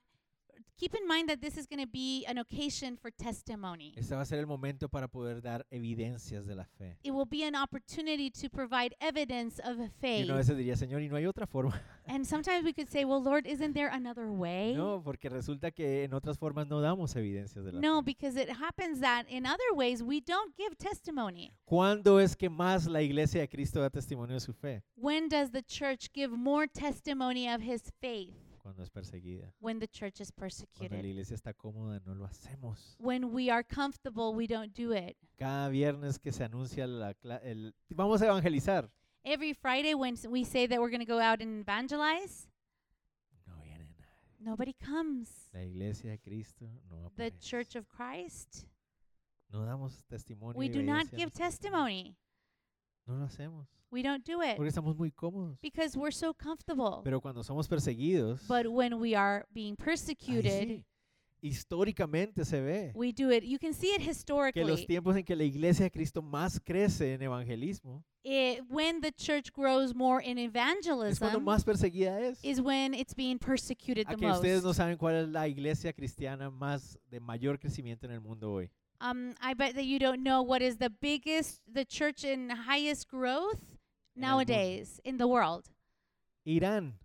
B: keep in mind that this is going to be an occasion for testimony.
A: Este va a ser el momento para poder dar evidencias de la fe.
B: It will be an opportunity to provide evidence of
A: Y
B: faith.
A: uno a veces diría, Señor, ¿y no hay otra forma?
B: and sometimes we could say, well, Lord, isn't there another way?
A: No, porque resulta que en otras formas no damos evidencias de la
B: No,
A: fe.
B: because it happens that in other ways we don't give testimony.
A: ¿Cuándo es que más la iglesia de Cristo da testimonio de su fe?
B: When does the church give more testimony of his faith?
A: Cuando es perseguida.
B: When the church is
A: Cuando la
B: persecuted.
A: iglesia está cómoda, no lo hacemos.
B: When we are comfortable, we don't do it.
A: Cada viernes que se anuncia la cla- el vamos a evangelizar,
B: Every Friday, when s- we say that we're going to go out and evangelize,
A: no viene nadie.
B: nobody comes.
A: La iglesia de Cristo no
B: The
A: aparece.
B: Church of Christ,
A: no damos testimonio.
B: we
A: y
B: do not
A: evidencia de
B: give
A: nuestra fe.
B: testimony. Eh,
A: No lo hacemos
B: We don't do it.
A: porque estamos muy cómodos.
B: because we're so comfortable.
A: Pero cuando somos perseguidos,
B: But when we are being
A: ahí
B: persecuted,
A: sí, históricamente se ve
B: we do it. You can see
A: que
B: it
A: los
B: historically.
A: tiempos en que la iglesia de Cristo más crece en evangelismo
B: It, when the church grows more in
A: es cuando
B: evangelism,
A: más perseguida es.
B: is when it's being persecuted
A: A
B: the
A: que ustedes
B: most.
A: no saben cuál es la iglesia cristiana más de mayor crecimiento en el mundo hoy.
B: Um, I bet that you don't know what is the biggest, the church in highest growth
A: En el mundo.
B: nowadays in the world.
A: Irán,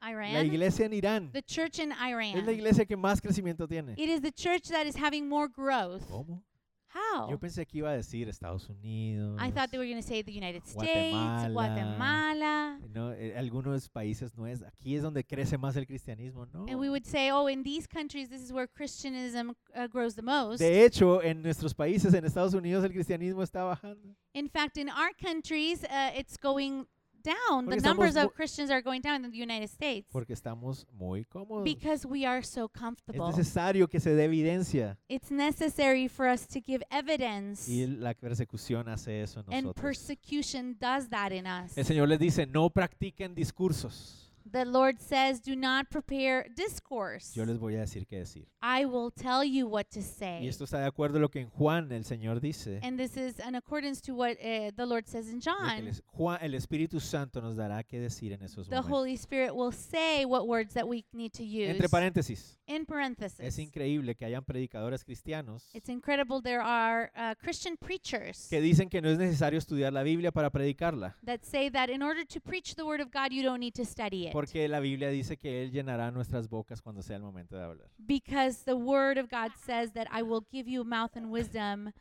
A: la
B: Iran.
A: iglesia en Irán
B: The church in
A: es la
B: Iran.
A: iglesia que más crecimiento tiene.
B: It is the church that is having more growth.
A: ¿Cómo?
B: How?
A: Oh. Yo pensé que iba a decir Estados Unidos.
B: I thought they were going to say the United States,
A: Guatemala.
B: Guatemala.
A: no, eh, algunos países no es. Aquí es donde crece más el cristianismo, ¿no?
B: And we would say, oh, in these countries, this is where Christianism uh, grows the most.
A: De hecho, en nuestros países, en Estados Unidos, el cristianismo está bajando.
B: In fact, in our countries, uh, it's going down.
A: Porque
B: The
A: estamos
B: numbers
A: mu-
B: of Christians are going down in the United States
A: Porque estamos muy cómodos.
B: because we are so
A: es
B: comfortable.
A: necesario que se dé evidencia.
B: It's necessary for us to give evidence,
A: Y la persecución hace eso en
B: and
A: nosotros.
B: persecution does that in us.
A: El Señor les dice, no practiquen discursos.
B: The Lord says, do not prepare discourse.
A: Yo les voy a decir qué decir.
B: I will tell you what to
A: Y
B: say.
A: esto está de acuerdo a lo que en Juan el Señor dice.
B: And this is in accordance to what uh, the Lord says in
A: de que el
B: John.
A: es- Juan- el Espíritu Santo nos dará qué decir en esos
B: The
A: momentos.
B: Holy Spirit will say what words that we need to use.
A: Entre paréntesis,
B: In
A: es
B: parentheses.
A: increíble que hayan predicadores cristianos
B: It's incredible there are uh, Christian preachers
A: que dicen que no es necesario estudiar la Biblia para predicarla,
B: that say that in order to preach the Word of God, you don't need to study it.
A: porque la Biblia dice que Él llenará nuestras bocas cuando sea el momento de hablar.
B: Because the Word of God says that I will give you mouth and wisdom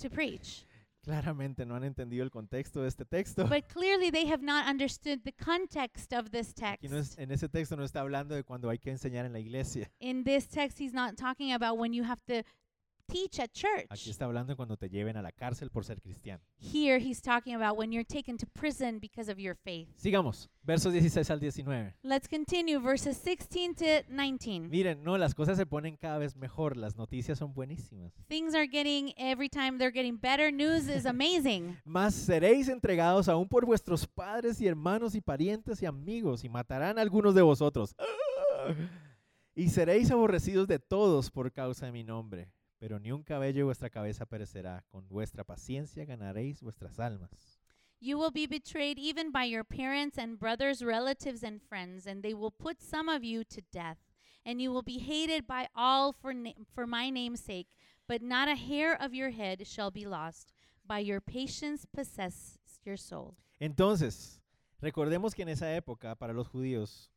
B: to preach.
A: Claramente no han entendido el contexto de este texto.
B: But clearly, they have not understood the context of this text.
A: Aquí no es- en ese texto no está hablando de cuando hay que enseñar en la iglesia.
B: In this text, he's not talking about when you have to teach at
A: Aquí
B: church.
A: está hablando de cuando te lleven a la cárcel por ser cristiano.
B: Here, he's talking about when you're taken to prison because of your faith.
A: Sigamos, versos 16 al 19.
B: Let's continue verses 16 to 19.
A: Miren, no, las cosas se ponen cada vez mejor, las noticias son buenísimas.
B: Things are getting, every time they're getting better. News is amazing.
A: Mas seréis entregados aún por vuestros padres y hermanos y parientes y amigos, y matarán a algunos de vosotros. ¡Ah! Y seréis aborrecidos de todos por causa de mi nombre. Pero ni un cabello de vuestra cabeza perecerá. Con vuestra paciencia ganaréis vuestras almas.
B: You will be betrayed even by your parents and brothers, relatives, and friends, and they will put some of you to death. And you will be hated by all for, na- for my name's sake, but not a hair of your head shall be lost. By your patience possess your soul.
A: Entonces, recordemos que en esa época, para los judíos,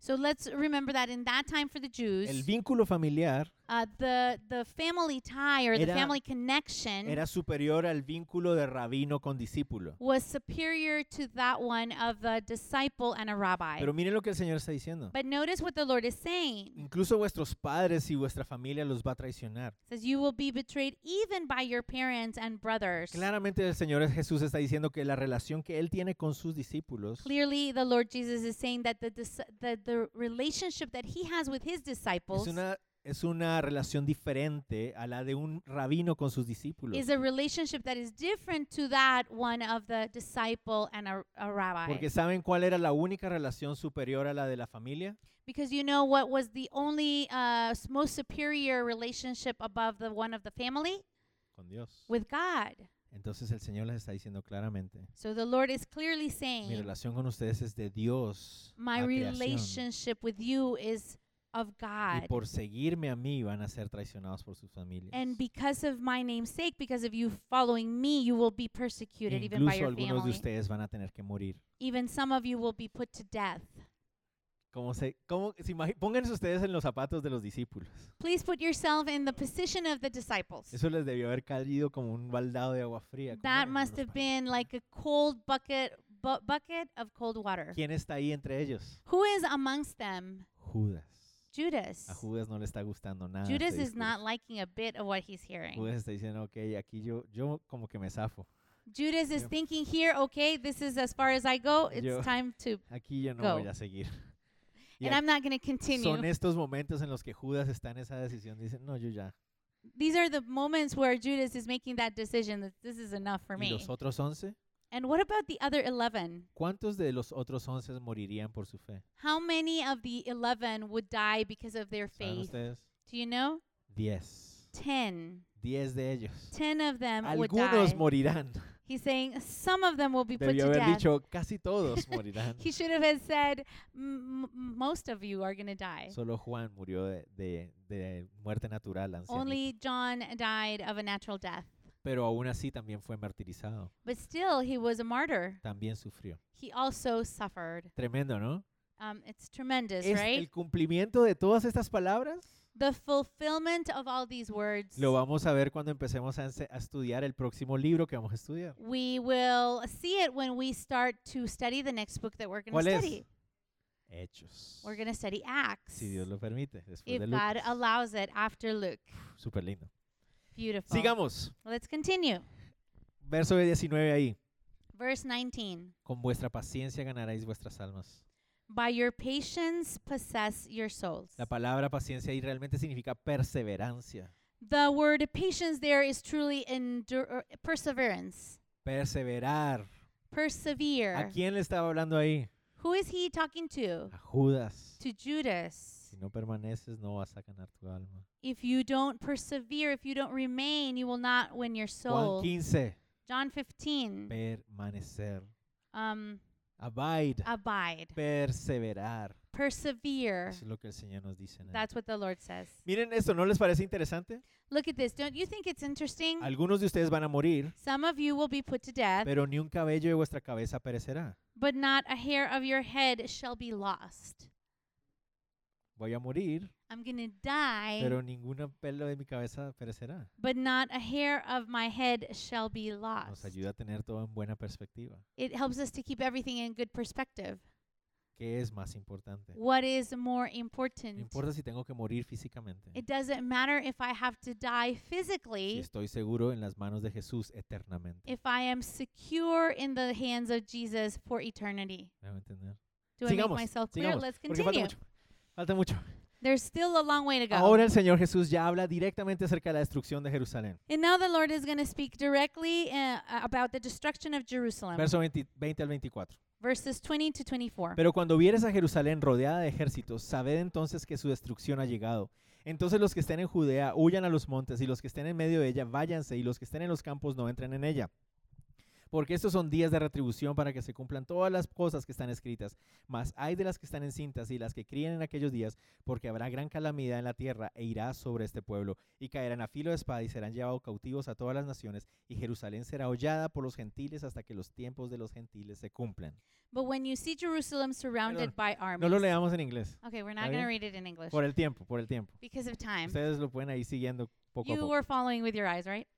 B: So let's remember that in that time for the
A: el
B: Jews,
A: vínculo familiar
B: uh, the, the family tie or the
A: Era-
B: family connection
A: era superior al vínculo de rabino con discípulo.
B: was superior to that one of a disciple and a rabbi.
A: Pero Mm. miren lo que el Señor está diciendo.
B: But notice what the Lord is saying.
A: Incluso vuestros padres y vuestra familia los va a traicionar.
B: It says you will be betrayed even by your parents and brothers.
A: Pues, Claramente el Señor Jesús está diciendo que la relación que Él tiene con sus discípulos
B: Clearly, the Lord Jesus is saying that the, dis- the the relationship that he has with his disciples
A: es una, es una relación diferente a la de un rabino con sus discípulos.
B: is a relationship that is different to that one of the disciple and a, a rabbi.
A: Porque ¿saben cuál era la única relación superior a la de la familia?
B: because you know what was the only uh, s- most superior relationship above the one of the family
A: Con Dios.
B: with God.
A: Entonces el Señor les está diciendo claramente,
B: So the Lord is clearly saying
A: mi relación con ustedes es de Dios.
B: My
A: a creación,
B: relationship with you is of God.
A: Y por seguirme a mí van a ser traicionados por sus familias.
B: And because of my name's sake, because of you following me, you will be persecuted even by
A: Incluso
B: your
A: algunos de
B: family.
A: ustedes van a tener que morir.
B: Even some of you will be put to death.
A: ¿Cómo se, cómo, se imagi- pónganse ustedes en los zapatos de los discípulos.
B: Please put yourself in the position of the disciples.
A: Eso les debió haber caído como un baldado de agua fría. como,
B: That
A: "Bueno,
B: must
A: los
B: have
A: pa-
B: been like a cold bucket bu- bucket of cold water.
A: ¿Quién está ahí entre ellos?
B: Who is amongst them?
A: Judas.
B: Judas.
A: A Judas no le está gustando nada. este
B: Judas is not
A: discurso.
B: liking a bit of what he's hearing.
A: Judas está diciendo, ok, aquí yo, yo como que me zafo.
B: Judas is
A: Yo-
B: thinking here, okay, this is as far as I go.
A: Yo-
B: It's time to
A: Aquí yo no
B: Go.
A: voy a seguir. Y
B: and
A: ac-
B: I'm not going to continue.
A: son estos momentos en los que Judas está en esa decisión. Dice, no, yo ya.
B: These are the moments where Judas is making that decision that this is enough for
A: ¿Y
B: me.
A: los otros once?
B: And what about the other 11?
A: ¿Cuántos de los otros once morirían por su fe?
B: How many of the 11 would die because of their
A: ¿Saben
B: faith?
A: ustedes?
B: Do you know?
A: Diez.
B: 10.
A: Diez de ellos.
B: 10 of them would
A: Algunos
B: die.
A: morirán.
B: He's saying some of them will be put
A: Debió
B: to
A: haber
B: death.
A: dicho, casi todos morirán.
B: He should have had said, "M- m- most of you are going to die.
A: Solo Juan murió de, de- de muerte natural, ancianito.
B: Only John died of a natural death.
A: pero aún así también fue martirizado,
B: But still, he was a martyr.
A: también sufrió.
B: He also suffered.
A: Tremendo, ¿no?
B: Um, it's tremendous,
A: Es
B: right?
A: el cumplimiento de todas estas palabras.
B: The fulfillment of all these words.
A: Lo vamos a ver cuando empecemos a, ense- a estudiar el próximo libro que vamos a estudiar.
B: We will see it when we start to study the next book that we're going
A: ¿Cuál
B: to
A: es?
B: study.
A: Hechos.
B: We're going to study Acts.
A: Si Dios lo permite, después de
B: if
A: Lucas.
B: God Oh. allows it after Luke.
A: Súper lindo.
B: Beautiful.
A: Sigamos.
B: Let's continue.
A: Verso 19 ahí.
B: Verse 19.
A: Con vuestra paciencia ganaréis vuestras almas.
B: By your patience possess your souls.
A: La palabra paciencia ahí realmente significa perseverancia.
B: The word patience there is truly endure, uh, perseverance.
A: Perseverar. ¿A
B: Persevere.
A: quién le estaba hablando ahí?
B: Who is he talking to?
A: A Judas.
B: To Judas.
A: Si no permaneces, no vas a ganar tu alma.
B: If you don't persevere, if you don't remain, you will not win your
A: Juan
B: soul.
A: 15.
B: John 15.
A: Permanecer.
B: Um,
A: Abide.
B: abide,
A: Perseverar.
B: persevere.
A: Eso es lo que el Señor nos dice. en él.
B: That's what the Lord says.
A: Miren esto, ¿no les parece interesante?
B: Look at this. Don't you think it's interesting?
A: Algunos de ustedes van a morir,
B: Some of you will be put to death,
A: pero ni un cabello de vuestra cabeza perecerá.
B: but not a hair of your head shall be lost.
A: Voy a morir,
B: I'm going to die,
A: pero ningún pelo de mi cabeza perecerá.
B: but not a hair of my head shall be
A: Nos
B: lost.
A: ayuda a tener todo en buena perspectiva.
B: It helps us to keep everything in good perspective.
A: ¿Qué es más importante?
B: What is more
A: No
B: important?
A: importa si tengo que morir físicamente.
B: It doesn't matter if I have to die
A: Si
B: physically,
A: estoy seguro en las manos de Jesús eternamente.
B: if I am secure in the hands of Jesus for eternity.
A: ¿Me hago entender?
B: Do I
A: Sigamos,
B: make myself clear?
A: sigamos,
B: Let's
A: Porque falta
B: continue.
A: mucho. Falta mucho.
B: There's still a long way to go.
A: Ahora el Señor Jesús ya habla directamente acerca de la destrucción de Jerusalén.
B: and now the Lord is going to speak directly uh, about the destruction of Jerusalem,
A: Verso 20, 20 al 24.
B: verses 20 to 24.
A: Pero cuando vieres a Jerusalén rodeada de ejércitos, sabed entonces que su destrucción ha llegado. Entonces los que estén en Judea huyan a los montes, y los que estén en medio de ella váyanse, y los que estén en los campos no entren en ella. Porque estos son días de retribución para que se cumplan todas las cosas que están escritas. Mas hay de las que están encintas y las que críen en aquellos días, porque habrá gran calamidad en la tierra e irá sobre este pueblo, y caerán a filo de espada y serán llevados cautivos a todas las naciones, y Jerusalén será hollada por los gentiles hasta que los tiempos de los gentiles se cumplan.
B: But when you see Jerusalem surrounded by
A: No
B: armies.
A: lo leamos en inglés.
B: okay, we're not
A: ¿Está
B: going to
A: bien?
B: read it in English
A: Por el tiempo, por el tiempo.
B: because of time.
A: Ustedes lo pueden ahí siguiendo poco a
B: Em. You
A: poco.
B: were following with your eyes, right?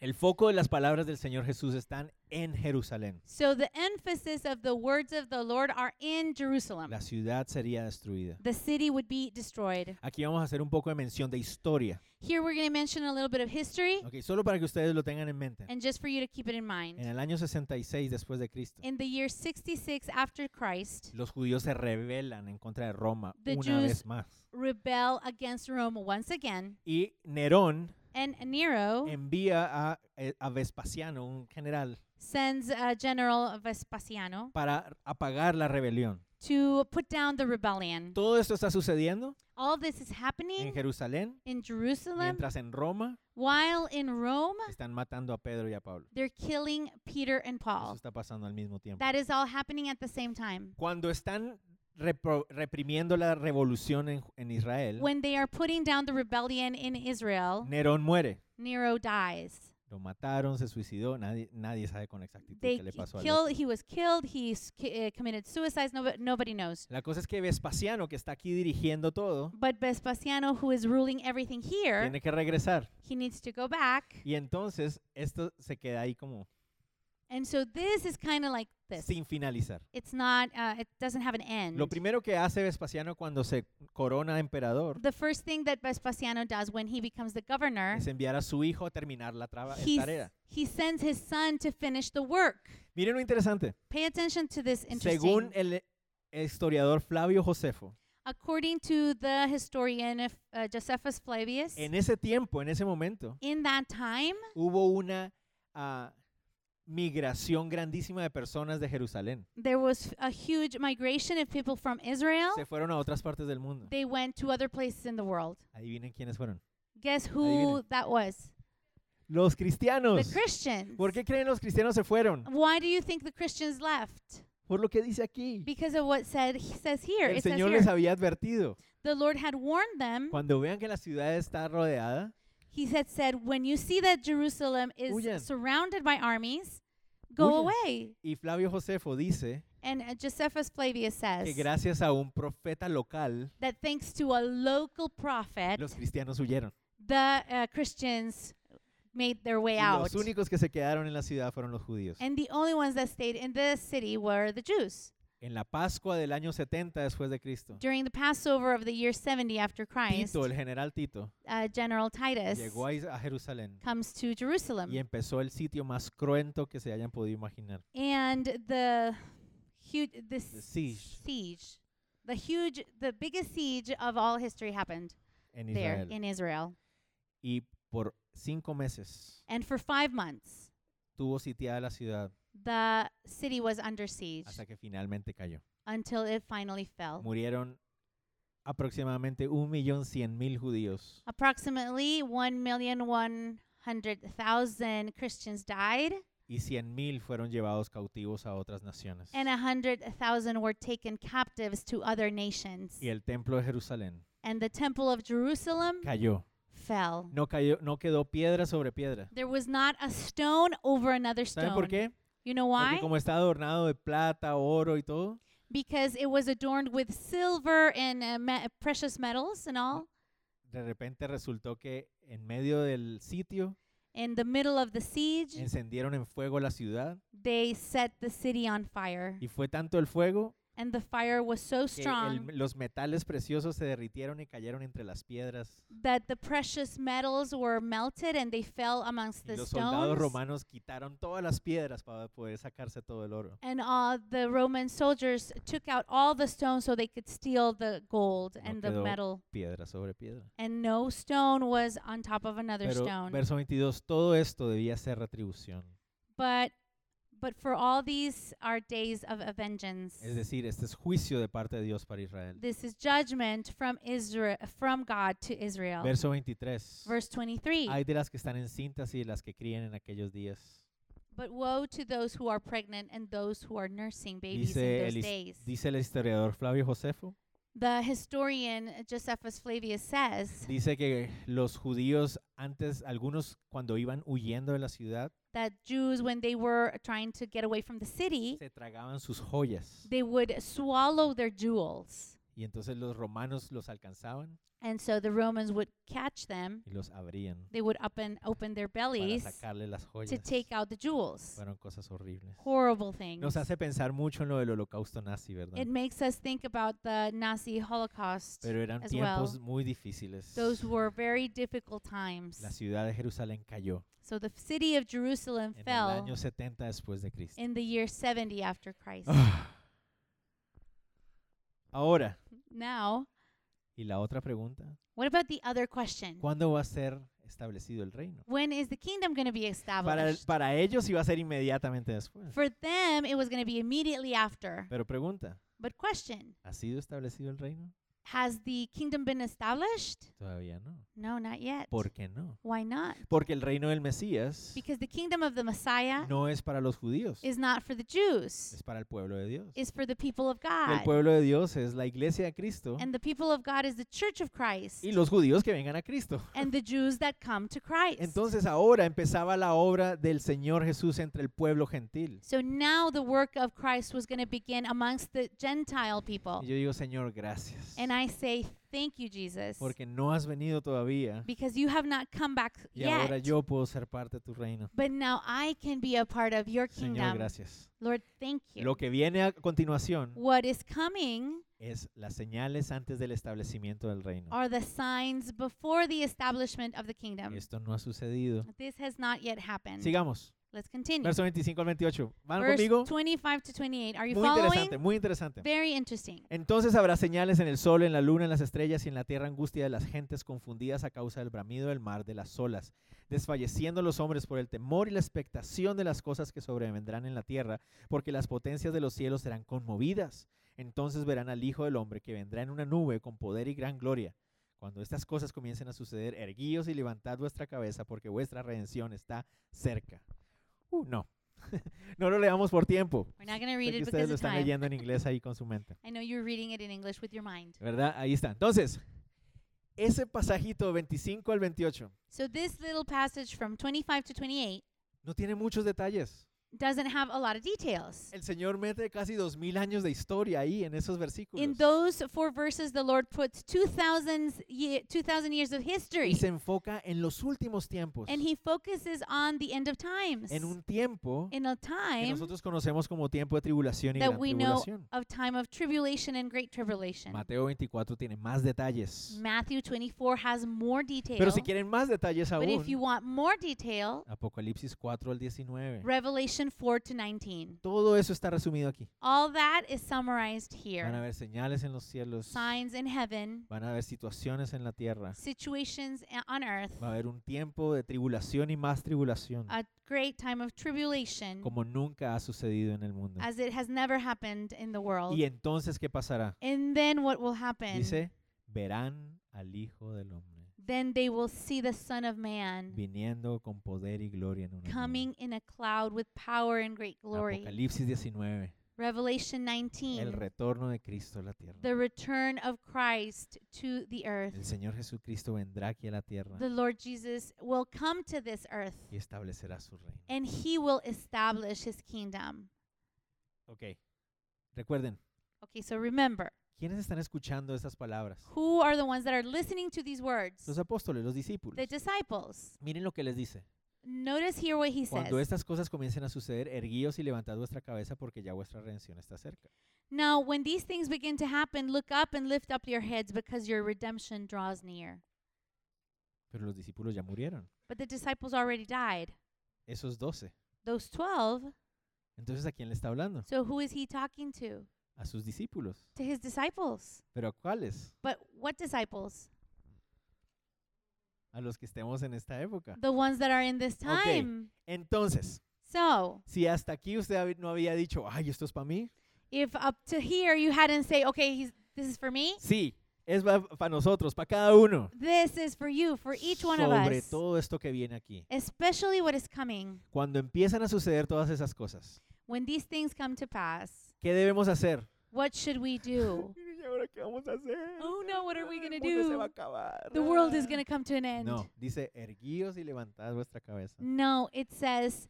A: El foco de las palabras del Señor Jesús están en Jerusalén.
B: So the emphasis of the words of the Lord are in Jerusalem.
A: La ciudad sería destruida.
B: The city would be destroyed.
A: Aquí vamos a hacer un poco de mención de historia,
B: Here we're going to mention a little bit of history
A: ¿ok? solo para que ustedes lo tengan en mente.
B: and just for you to keep it in
A: En
B: mind.
A: el año 66 después de Cristo,
B: In the year 66 after Christ,
A: los judíos se rebelan en contra de Roma
B: The
A: una vez
B: Jews-
A: más.
B: rebel against Rome once again,
A: Y Nerón
B: and Nero
A: envía a, eh, a Vespasiano, un general,
B: sends uh, General Vespasiano
A: para apagar la rebelión.
B: to put down the rebellion.
A: Todo esto está sucediendo
B: All this is
A: en
B: happening
A: Jerusalén,
B: in Jerusalem
A: mientras en Roma
B: while in Rome
A: están matando a Pedro y a Pablo.
B: they're killing Peter and
A: Eso
B: Paul.
A: está pasando al mismo tiempo.
B: That is all happening at the same time.
A: Cuando están repro- reprimiendo la revolución en, Ju- en Israel,
B: When they are putting down the rebellion in Israel,
A: Nerón muere.
B: Nero dies.
A: Lo mataron, se suicidó, nadie, nadie sabe con exactitud
B: They
A: qué le
B: ki-
A: pasó a
B: kill. He was killed. He s- ki- uh, committed suicide. Nobody, nobody knows.
A: La cosa es que Vespasiano, que está aquí dirigiendo todo,
B: But Vespasiano, who is ruling everything here,
A: tiene que regresar.
B: he needs to go back.
A: Y entonces esto se queda ahí como
B: And so this is kind of like this.
A: sin finalizar.
B: It's not. Uh, it doesn't have an end.
A: Lo primero que hace Vespasiano cuando se corona emperador
B: The first thing that Vespasiano does when he becomes the governor,
A: es enviar a su hijo a terminar la traba-
B: he s-
A: tarea.
B: he sends his son to finish the work.
A: Miren lo interesante.
B: Pay attention to this interesting.
A: Según el eh, historiador Flavio Josefo,
B: According to the historian of, uh, Josephus Flavius,
A: en ese tiempo, en ese momento,
B: in that time
A: hubo una ah, migración grandísima de personas de Jerusalén.
B: there was a huge migration of people from Israel.
A: Se fueron a otras partes del mundo.
B: They went to other places in the world.
A: Adivinen quiénes fueron.
B: Guess who
A: Adivinen.
B: that was?
A: Los
B: The
A: cristianos.
B: Christians. Um,
A: ¿Por qué creen los cristianos se fueron?
B: Why do you think the Christians left?
A: Por lo que dice aquí.
B: Because of what said he says here.
A: El
B: it says
A: Señor
B: here,
A: les
B: Mm-hmm.
A: había advertido.
B: the Lord had warned them.
A: Cuando vean que la ciudad está rodeada,
B: He had said, when you see that Jerusalem is
A: Huyan.
B: surrounded by armies, go
A: Huyan.
B: away.
A: y Flavio Josefo dice
B: And uh, Josephus Flavius
A: que
B: says
A: gracias a un profeta local,
B: that thanks to a local prophet,
A: los cristianos huyeron.
B: the uh, Christians made their way
A: Y
B: out.
A: los únicos que se quedaron en la ciudad fueron los judíos.
B: And the only ones that stayed in the city were the Jews.
A: En la Pascua del año 70 después de Cristo,
B: During the Passover of the year 70 after Christ,
A: Tito, el general Tito,
B: uh, General Titus
A: llegó a Is- a Jerusalén
B: comes to Jerusalem.
A: y empezó el sitio más cruento que se hayan podido imaginar.
B: And the huge this
A: The siege.
B: siege, the huge the biggest siege of all history happened
A: en
B: there
A: Israel.
B: in Israel.
A: y por cinco meses
B: And for 5 months,
A: tuvo sitiada la ciudad
B: the city was under siege
A: hasta que finalmente cayó.
B: until it finally fell.
A: Murieron aproximadamente un millón cien mil judíos
B: Approximately 1,100,000 Christians died,
A: y cien mil fueron llevados cautivos a otras naciones.
B: and 100,000 were taken captives to other nations.
A: Y el templo de Jerusalén
B: And the temple of Jerusalem
A: cayó.
B: fell.
A: No cayó, no quedó piedra sobre piedra.
B: There was not a stone over another
A: ¿Saben por
B: stone.
A: qué?
B: You know
A: Porque
B: why?
A: como está adornado de plata, oro y todo,
B: because it was adorned with silver and uh, me- precious metals and
A: Ah.
B: all.
A: De repente resultó que en medio del sitio
B: In the middle of the siege,
A: encendieron en fuego la ciudad
B: they set the city on fire.
A: y fue tanto el fuego
B: And the fire was so
A: que el-
B: strong
A: los metales preciosos se derritieron y cayeron entre las piedras.
B: that the precious metals were melted and they fell amongst
A: Y
B: the
A: los soldados
B: stones.
A: romanos quitaron todas las piedras para poder sacarse todo el oro.
B: And uh, the Roman soldiers took out all the stones so they could steal the gold
A: No
B: and the
A: quedó
B: metal.
A: Piedra sobre piedra.
B: And no stone was on top of another
A: Pero,
B: stone.
A: verso 22, todo esto debía ser retribución.
B: but but for all these are days of a vengeance.
A: Es decir, este es juicio de parte de Dios para Israel.
B: This is judgment from Israel from God to Israel.
A: Verso 23.
B: Verse 23.
A: Hay de las que están encintas y de las que crían en aquellos días.
B: but woe to those who are pregnant and those who are nursing babies in
A: Dice
B: those
A: el, his-
B: days.
A: dice el historiador Flavio Josefo,
B: The historian Josephus Flavius says
A: dice que los judíos antes, algunos cuando iban huyendo de la ciudad,
B: that Jews, when they were trying to get away from the city,
A: se tragaban sus joyas.
B: they would swallow their jewels.
A: Y entonces los romanos los alcanzaban
B: And so the Romans would catch them.
A: y los abrían
B: They would up and open their
A: para
B: bellies
A: sacarle las
B: Pues, to
A: joyas.
B: take out the jewels.
A: Fueron cosas horribles.
B: Horrible things.
A: Nos hace pensar mucho en lo del holocausto nazi, ¿verdad?
B: It makes us think about the Nazi Holocaust.
A: Pero eran
B: as
A: tiempos
B: well.
A: muy difíciles.
B: Those were very difficult times.
A: La ciudad de Jerusalén cayó
B: So the city of Jerusalem
A: en el
B: fell
A: año 70 después de Cristo.
B: in the year 70 after Christ.
A: Ah. Ahora,
B: Now,
A: y la otra pregunta,
B: what about the other question?
A: ¿cuándo va a ser establecido el reino?
B: When is the kingdom going to be
A: Para, el-
B: established?
A: para ellos iba a ser inmediatamente después.
B: For them, it was going to be immediately after.
A: Pero pregunta,
B: But question,
A: ¿ha sido establecido el reino?
B: has the kingdom been established?
A: Todavía no.
B: No, not yet.
A: ¿Por qué no?
B: Why not?
A: Porque el reino del Mesías
B: Because the kingdom of the Messiah
A: no es para los judíos,
B: is not for the Jews,
A: es para el pueblo de Dios.
B: is for the people of
A: Y el
B: God.
A: pueblo de Dios es la iglesia de Cristo
B: And the people of God is the church of Christ
A: y los judíos que vengan a Cristo.
B: and the Jews that come to Christ.
A: Entonces ahora empezaba la obra del Señor Jesús entre el pueblo gentil.
B: So now the work of Christ was going to begin amongst the Gentile people.
A: Y yo digo, Señor, gracias.
B: And I say, Thank you, Jesus,
A: Porque no has venido todavía
B: because you have not come back
A: y ahora
B: yet.
A: yo puedo ser parte de tu reino.
B: But now I can be a part of your
A: Señor,
B: kingdom.
A: gracias.
B: Lord, thank you.
A: Lo que viene a continuación
B: What is coming
A: es las señales antes del establecimiento del reino.
B: are the signs before the establishment of the kingdom.
A: Esto no ha sucedido.
B: This has not yet happened.
A: Sigamos.
B: Let's continue.
A: Verso 25 al 28. ¿Van
B: Verse
A: conmigo?
B: 25 to 28. Are you
A: Muy interesante,
B: following?
A: muy interesante.
B: Very interesting.
A: Entonces habrá señales en el sol, en la luna, en las estrellas y en la tierra angustia de las gentes confundidas a causa del bramido del mar, de las olas, desfalleciendo los hombres por el temor y la expectación de las cosas que sobrevendrán en la tierra, porque las potencias de los cielos serán conmovidas. Entonces verán al Hijo del Hombre que vendrá en una nube con poder y gran gloria. Cuando estas cosas comiencen a suceder, erguíos y levantad vuestra cabeza, porque vuestra redención está cerca. Uh, no, no lo leamos por tiempo.
B: We're not going
A: Sé
B: to read
A: que
B: it
A: ustedes
B: because
A: lo
B: of
A: están
B: time.
A: leyendo en inglés ahí con su mente.
B: I know you're reading it in English with your mind.
A: ¿Verdad? Ahí está. Entonces, ese pasajito 25 al 28
B: So this little passage from 25 to 28
A: no tiene muchos detalles.
B: doesn't have a lot of details.
A: El Señor mete casi dos mil años de historia ahí en esos
B: In
A: versículos.
B: those four verses, the Lord puts 2,000 ye- 2,000 years of history,
A: Y se enfoca en los últimos tiempos.
B: and He focuses on the end of times,
A: En un tiempo
B: in a
A: que
B: time
A: nosotros conocemos como tiempo de tribulación y
B: that
A: gran
B: we know
A: tribulación.
B: of time of tribulation and great tribulation.
A: Mateo 24 tiene más detalles.
B: Matthew 24 has more detail,
A: Pero si quieren más detalles
B: but if you
A: aún,
B: want more detail,
A: Apocalipsis 4 al 19.
B: Revelation 4 to 19.
A: Todo eso está resumido aquí.
B: All that is summarized
A: Van a
B: here.
A: haber señales en los cielos.
B: Signs in heaven,
A: Van a haber situaciones en la tierra.
B: situations a- on earth,
A: Va a haber un tiempo de tribulación y más tribulación,
B: a great time of tribulation
A: como nunca ha sucedido en el mundo.
B: as it has never happened in the world.
A: Y entonces, ¿qué pasará?
B: And then what will happen?
A: Dice, verán al Hijo del Hombre
B: then they will see the Son of Man
A: viniendo con poder y gloria en una nube.
B: coming in a cloud with power and great glory.
A: Apocalipsis 19,
B: Revelation
A: el
B: 19.
A: retorno de Cristo a la tierra.
B: The return of Christ to the
A: El
B: earth.
A: Señor Jesucristo vendrá aquí a la tierra
B: The Lord Jesus will come to this earth
A: y establecerá su reino.
B: and he will establish his kingdom.
A: Ok, recuerden,
B: Okay, so remember,
A: ¿Quiénes están escuchando estas palabras?
B: who are the ones that are listening to these words?
A: Los apóstoles, los discípulos.
B: The disciples.
A: Miren lo que les dice.
B: Notice here what he
A: Cuando
B: says.
A: estas cosas comiencen a suceder, erguíos y levantad vuestra cabeza porque ya vuestra redención está cerca.
B: Now, when these things begin to happen, look up and lift up your heads because your redemption draws near.
A: Pero los discípulos ya murieron.
B: But the disciples already died.
A: Esos doce.
B: Those 12.
A: Entonces, ¿a quién le está hablando?
B: So who is he talking to?
A: A sus discípulos.
B: To his disciples.
A: ¿Pero a cuáles?
B: But what disciples?
A: A los que estemos en esta época.
B: The ones that are in this
A: Okay.
B: time.
A: Entonces,
B: So,
A: si hasta aquí usted hab- no había dicho, ay, esto es para mí.
B: if up to here you hadn't say, okay, he's, this is for me,
A: Sí, es para nosotros, para cada uno.
B: this is for you, for each one of
A: Sobre
B: us.
A: todo esto que viene aquí.
B: Especially what is coming.
A: Cuando empiezan a suceder todas esas cosas,
B: When these things come to pass,
A: ¿qué debemos hacer?
B: what should we do?
A: ¿Y ahora qué vamos a hacer?
B: Oh, no, what are we
A: El
B: gonna
A: mundo se
B: do?
A: va a acabar.
B: the world is going to come to an end.
A: No, dice, erguíos y levantad vuestra cabeza.
B: No, it says,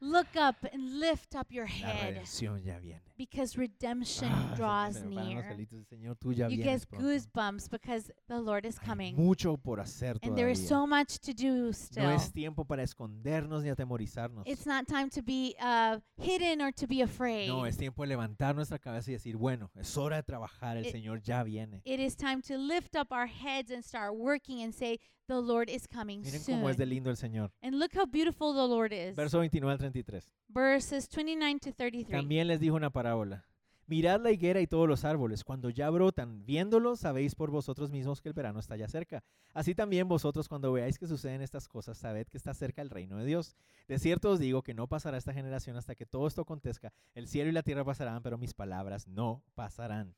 B: look up and lift up your
A: La
B: head
A: redención ya viene.
B: because redemption
A: Ah, Señor,
B: draws
A: se me paran los
B: near.
A: pelitos. Señor, tú ya
B: You
A: vienes
B: get
A: pronto.
B: goosebumps because the Lord is
A: Hay
B: coming.
A: mucho por hacer
B: And there
A: todavía.
B: is so much to do
A: No
B: still.
A: es tiempo para escondernos ni atemorizarnos.
B: It's not time to be uh, hidden or to be afraid.
A: No, es tiempo de levantar nuestra cabeza y decir, bueno, es hora de trabajar, el
B: It-
A: Señor ya viene.
B: It is time to lift up our heads and start working and say, The Lord is coming
A: Miren cómo es de
B: soon.
A: lindo el Señor.
B: And look how beautiful the Lord is.
A: Verso 29 al 33.
B: Verses 29 to 33.
A: También les dijo una parábola. Mirad la higuera y todos los árboles. Cuando ya brotan, viéndolo, sabéis por vosotros mismos que el verano está ya cerca. Así también vosotros, cuando veáis que suceden estas cosas, sabed que está cerca el reino de Dios. De cierto os digo que no pasará esta generación hasta que todo esto acontezca. El cielo y la tierra pasarán, pero mis palabras no pasarán.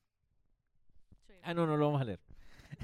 A: Ah, no, no lo vamos a leer.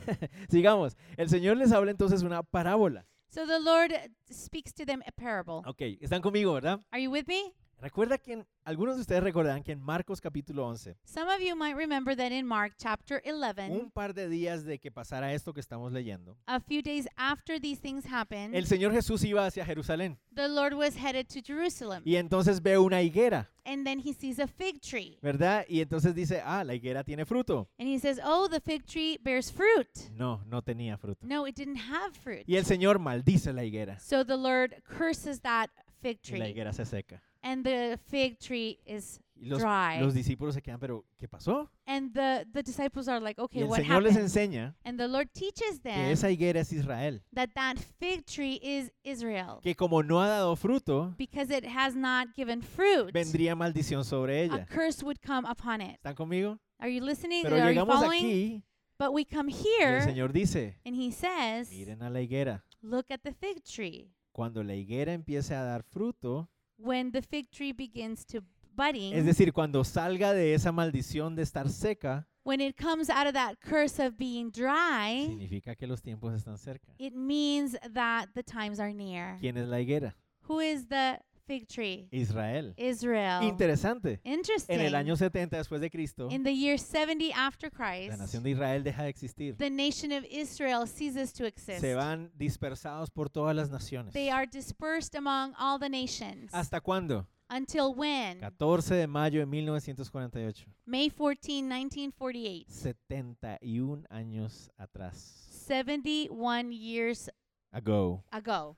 A: Sigamos. El Señor les habla entonces una parábola.
B: So the Lord speaks to them a parable.
A: Ok, están conmigo, ¿verdad?
B: Are you with me?
A: Recuerda que en- algunos de ustedes recordarán que en Marcos capítulo 11
B: Some of you might remember that in Mark chapter 11,
A: un par de días de que pasara esto que estamos leyendo,
B: a few days after these things happened,
A: el Señor Jesús iba hacia Jerusalén
B: the Lord was headed to Jerusalem.
A: y entonces ve una higuera,
B: And then he sees a fig tree.
A: ¿verdad? Y entonces dice, ah, la higuera tiene fruto.
B: And he says, Oh, the fig tree bears fruit.
A: No, no tenía fruto.
B: No, it didn't have fruit.
A: Y el Señor maldice la higuera
B: So the Lord curses that fig
A: y la
B: tree.
A: higuera se seca.
B: And the fig tree is
A: Y los,
B: Dry.
A: los discípulos se quedan, pero ¿qué pasó?
B: and the the disciples are like,
A: Y
B: "Okay,
A: el
B: what
A: Señor les
B: happened?"
A: enseña
B: And the Lord teaches
A: que
B: them
A: esa higuera es Israel,
B: that that fig tree is Israel
A: que como no ha dado fruto,
B: because it has not given fruit.
A: vendría maldición sobre
B: A
A: ella.
B: curse would come upon it.
A: ¿Están conmigo?
B: Are you listening?
A: Pero
B: Are you
A: llegamos
B: following?
A: aquí
B: But we come
A: y el
B: here
A: Señor dice,
B: and he says,
A: miren a la higuera.
B: "Look at the fig tree.
A: cuando la higuera empiece a dar fruto,
B: When the fig tree begins to
A: es
B: budding,
A: decir, cuando salga de esa maldición de estar seca,
B: when it comes out of that curse of being dry,
A: significa que los tiempos están cerca.
B: it means that the times are near."
A: ¿Quién es la higuera?
B: Who is the fig tree?
A: Israel.
B: Israel.
A: Interesante.
B: Interesting.
A: En el año 70 después de Cristo,
B: In the year 70 after
A: la
B: Christ,
A: nación de Israel deja de existir.
B: the nation of Israel ceases to exist.
A: Se van dispersados por todas las naciones.
B: They are dispersed among all the nations.
A: ¿Hasta cuándo?
B: Until when?
A: 14 de mayo de 1948.
B: May 14, 1948.
A: 71 años atrás.
B: 71 years
A: Ago.
B: ago.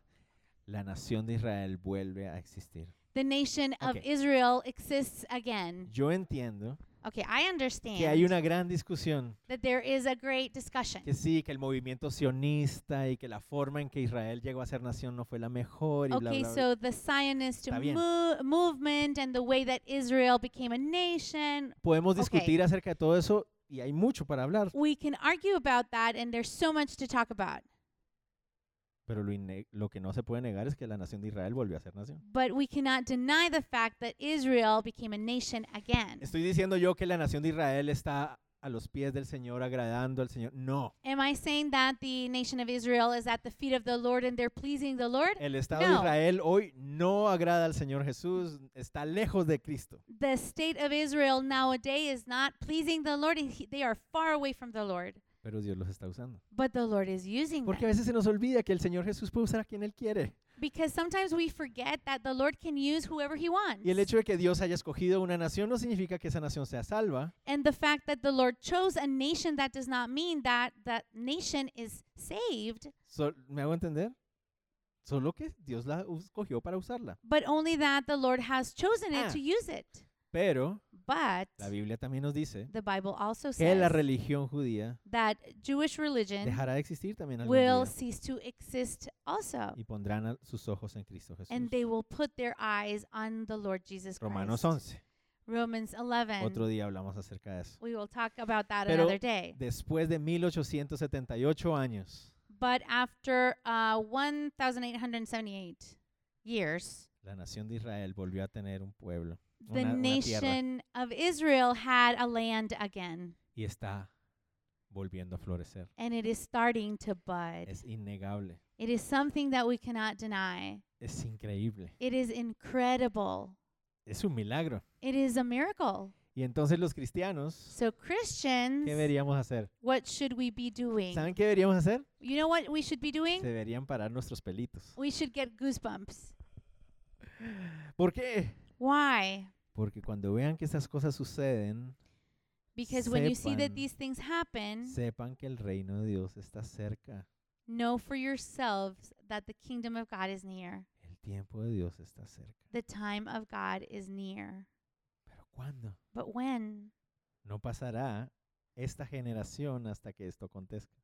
A: La nación de Israel vuelve a existir.
B: The nation of
A: Okay.
B: Israel exists again.
A: Yo entiendo
B: Okay, I
A: que hay
B: understand
A: una gran discusión
B: that there is a great discussion.
A: que sí, que el movimiento sionista y que la forma en que Israel llegó a ser nación no fue la mejor y bla,
B: Okay,
A: bla, bla.
B: so the Zionist
A: Está bien.
B: mo- movement and the way that Israel became a nation,
A: Podemos
B: ok.
A: discutir acerca de todo eso y hay mucho para hablar,
B: we can argue about that, and there's so much to talk about.
A: pero lo, inne- lo que no se puede negar es que la nación de Israel volvió a ser nación.
B: But we cannot deny the fact that Israel became a nation again.
A: Estoy diciendo yo que la nación de Israel está a los pies del Señor, agradando al Señor. No,
B: Am I saying that the nation of Israel is at the feet of the Lord and they're pleasing the Lord?
A: el Estado de
B: No.
A: Israel hoy no agrada al Señor Jesús, está lejos de Cristo.
B: The state of Israel nowadays is not pleasing the Lord. and he- They are far away from the Lord.
A: Pero Dios los está usando.
B: But the Lord is using
A: Porque a
B: them.
A: veces se nos olvida que el Señor Jesús puede usar a quien Él quiere.
B: Because sometimes we forget that the Lord can use whoever He wants.
A: Y el hecho de que Dios haya escogido una nación no significa que esa nación sea salva,
B: and the fact that the Lord chose a nation that does not mean that that nation is saved,
A: Sol- ¿me hago entender? Solo que Dios la us- escogió para usarla.
B: but only that the Lord has chosen it
A: Ah.
B: to use it.
A: Pero
B: But
A: la Biblia también nos dice
B: the Bible also
A: que la
B: says
A: religión judía
B: that Jewish religion
A: dejará de existir también algún
B: will
A: día
B: cease to exist also,
A: y pondrán a- sus ojos en Cristo Jesús.
B: and they will put their eyes on the Lord Jesus
A: Romanos
B: Christ.
A: 11.
B: Romans 11.
A: Otro día hablamos acerca de eso.
B: we will talk about that
A: Pero-
B: another day.
A: Después de 1878 años,
B: But after uh, 1,878 years,
A: la nación de Israel volvió a tener un pueblo
B: the
A: Una- una tierra.
B: nation of Israel had a land again,
A: y está volviendo a florecer.
B: and it is starting to bud.
A: Es innegable,
B: It is something that we cannot deny.
A: es increíble,
B: It is incredible.
A: es un milagro.
B: It is a miracle.
A: Y entonces los cristianos,
B: So,
A: ¿qué
B: Christians,
A: deberíamos hacer?
B: what should we be doing?
A: ¿Saben qué deberíamos hacer?
B: You know what we should be
A: Se
B: doing?
A: deberían parar nuestros pelitos.
B: We should get goosebumps.
A: ¿Por qué?
B: Why?
A: Porque cuando vean que estas cosas suceden,
B: Because when you see
A: Sepan.
B: that these things happen,
A: sepan que el reino de Dios está cerca.
B: know for yourselves that the kingdom of God is near.
A: El tiempo de Dios está cerca.
B: The time of God is near.
A: ¿Pero cuándo?
B: But when?
A: No pasará esta generación hasta que esto acontezca.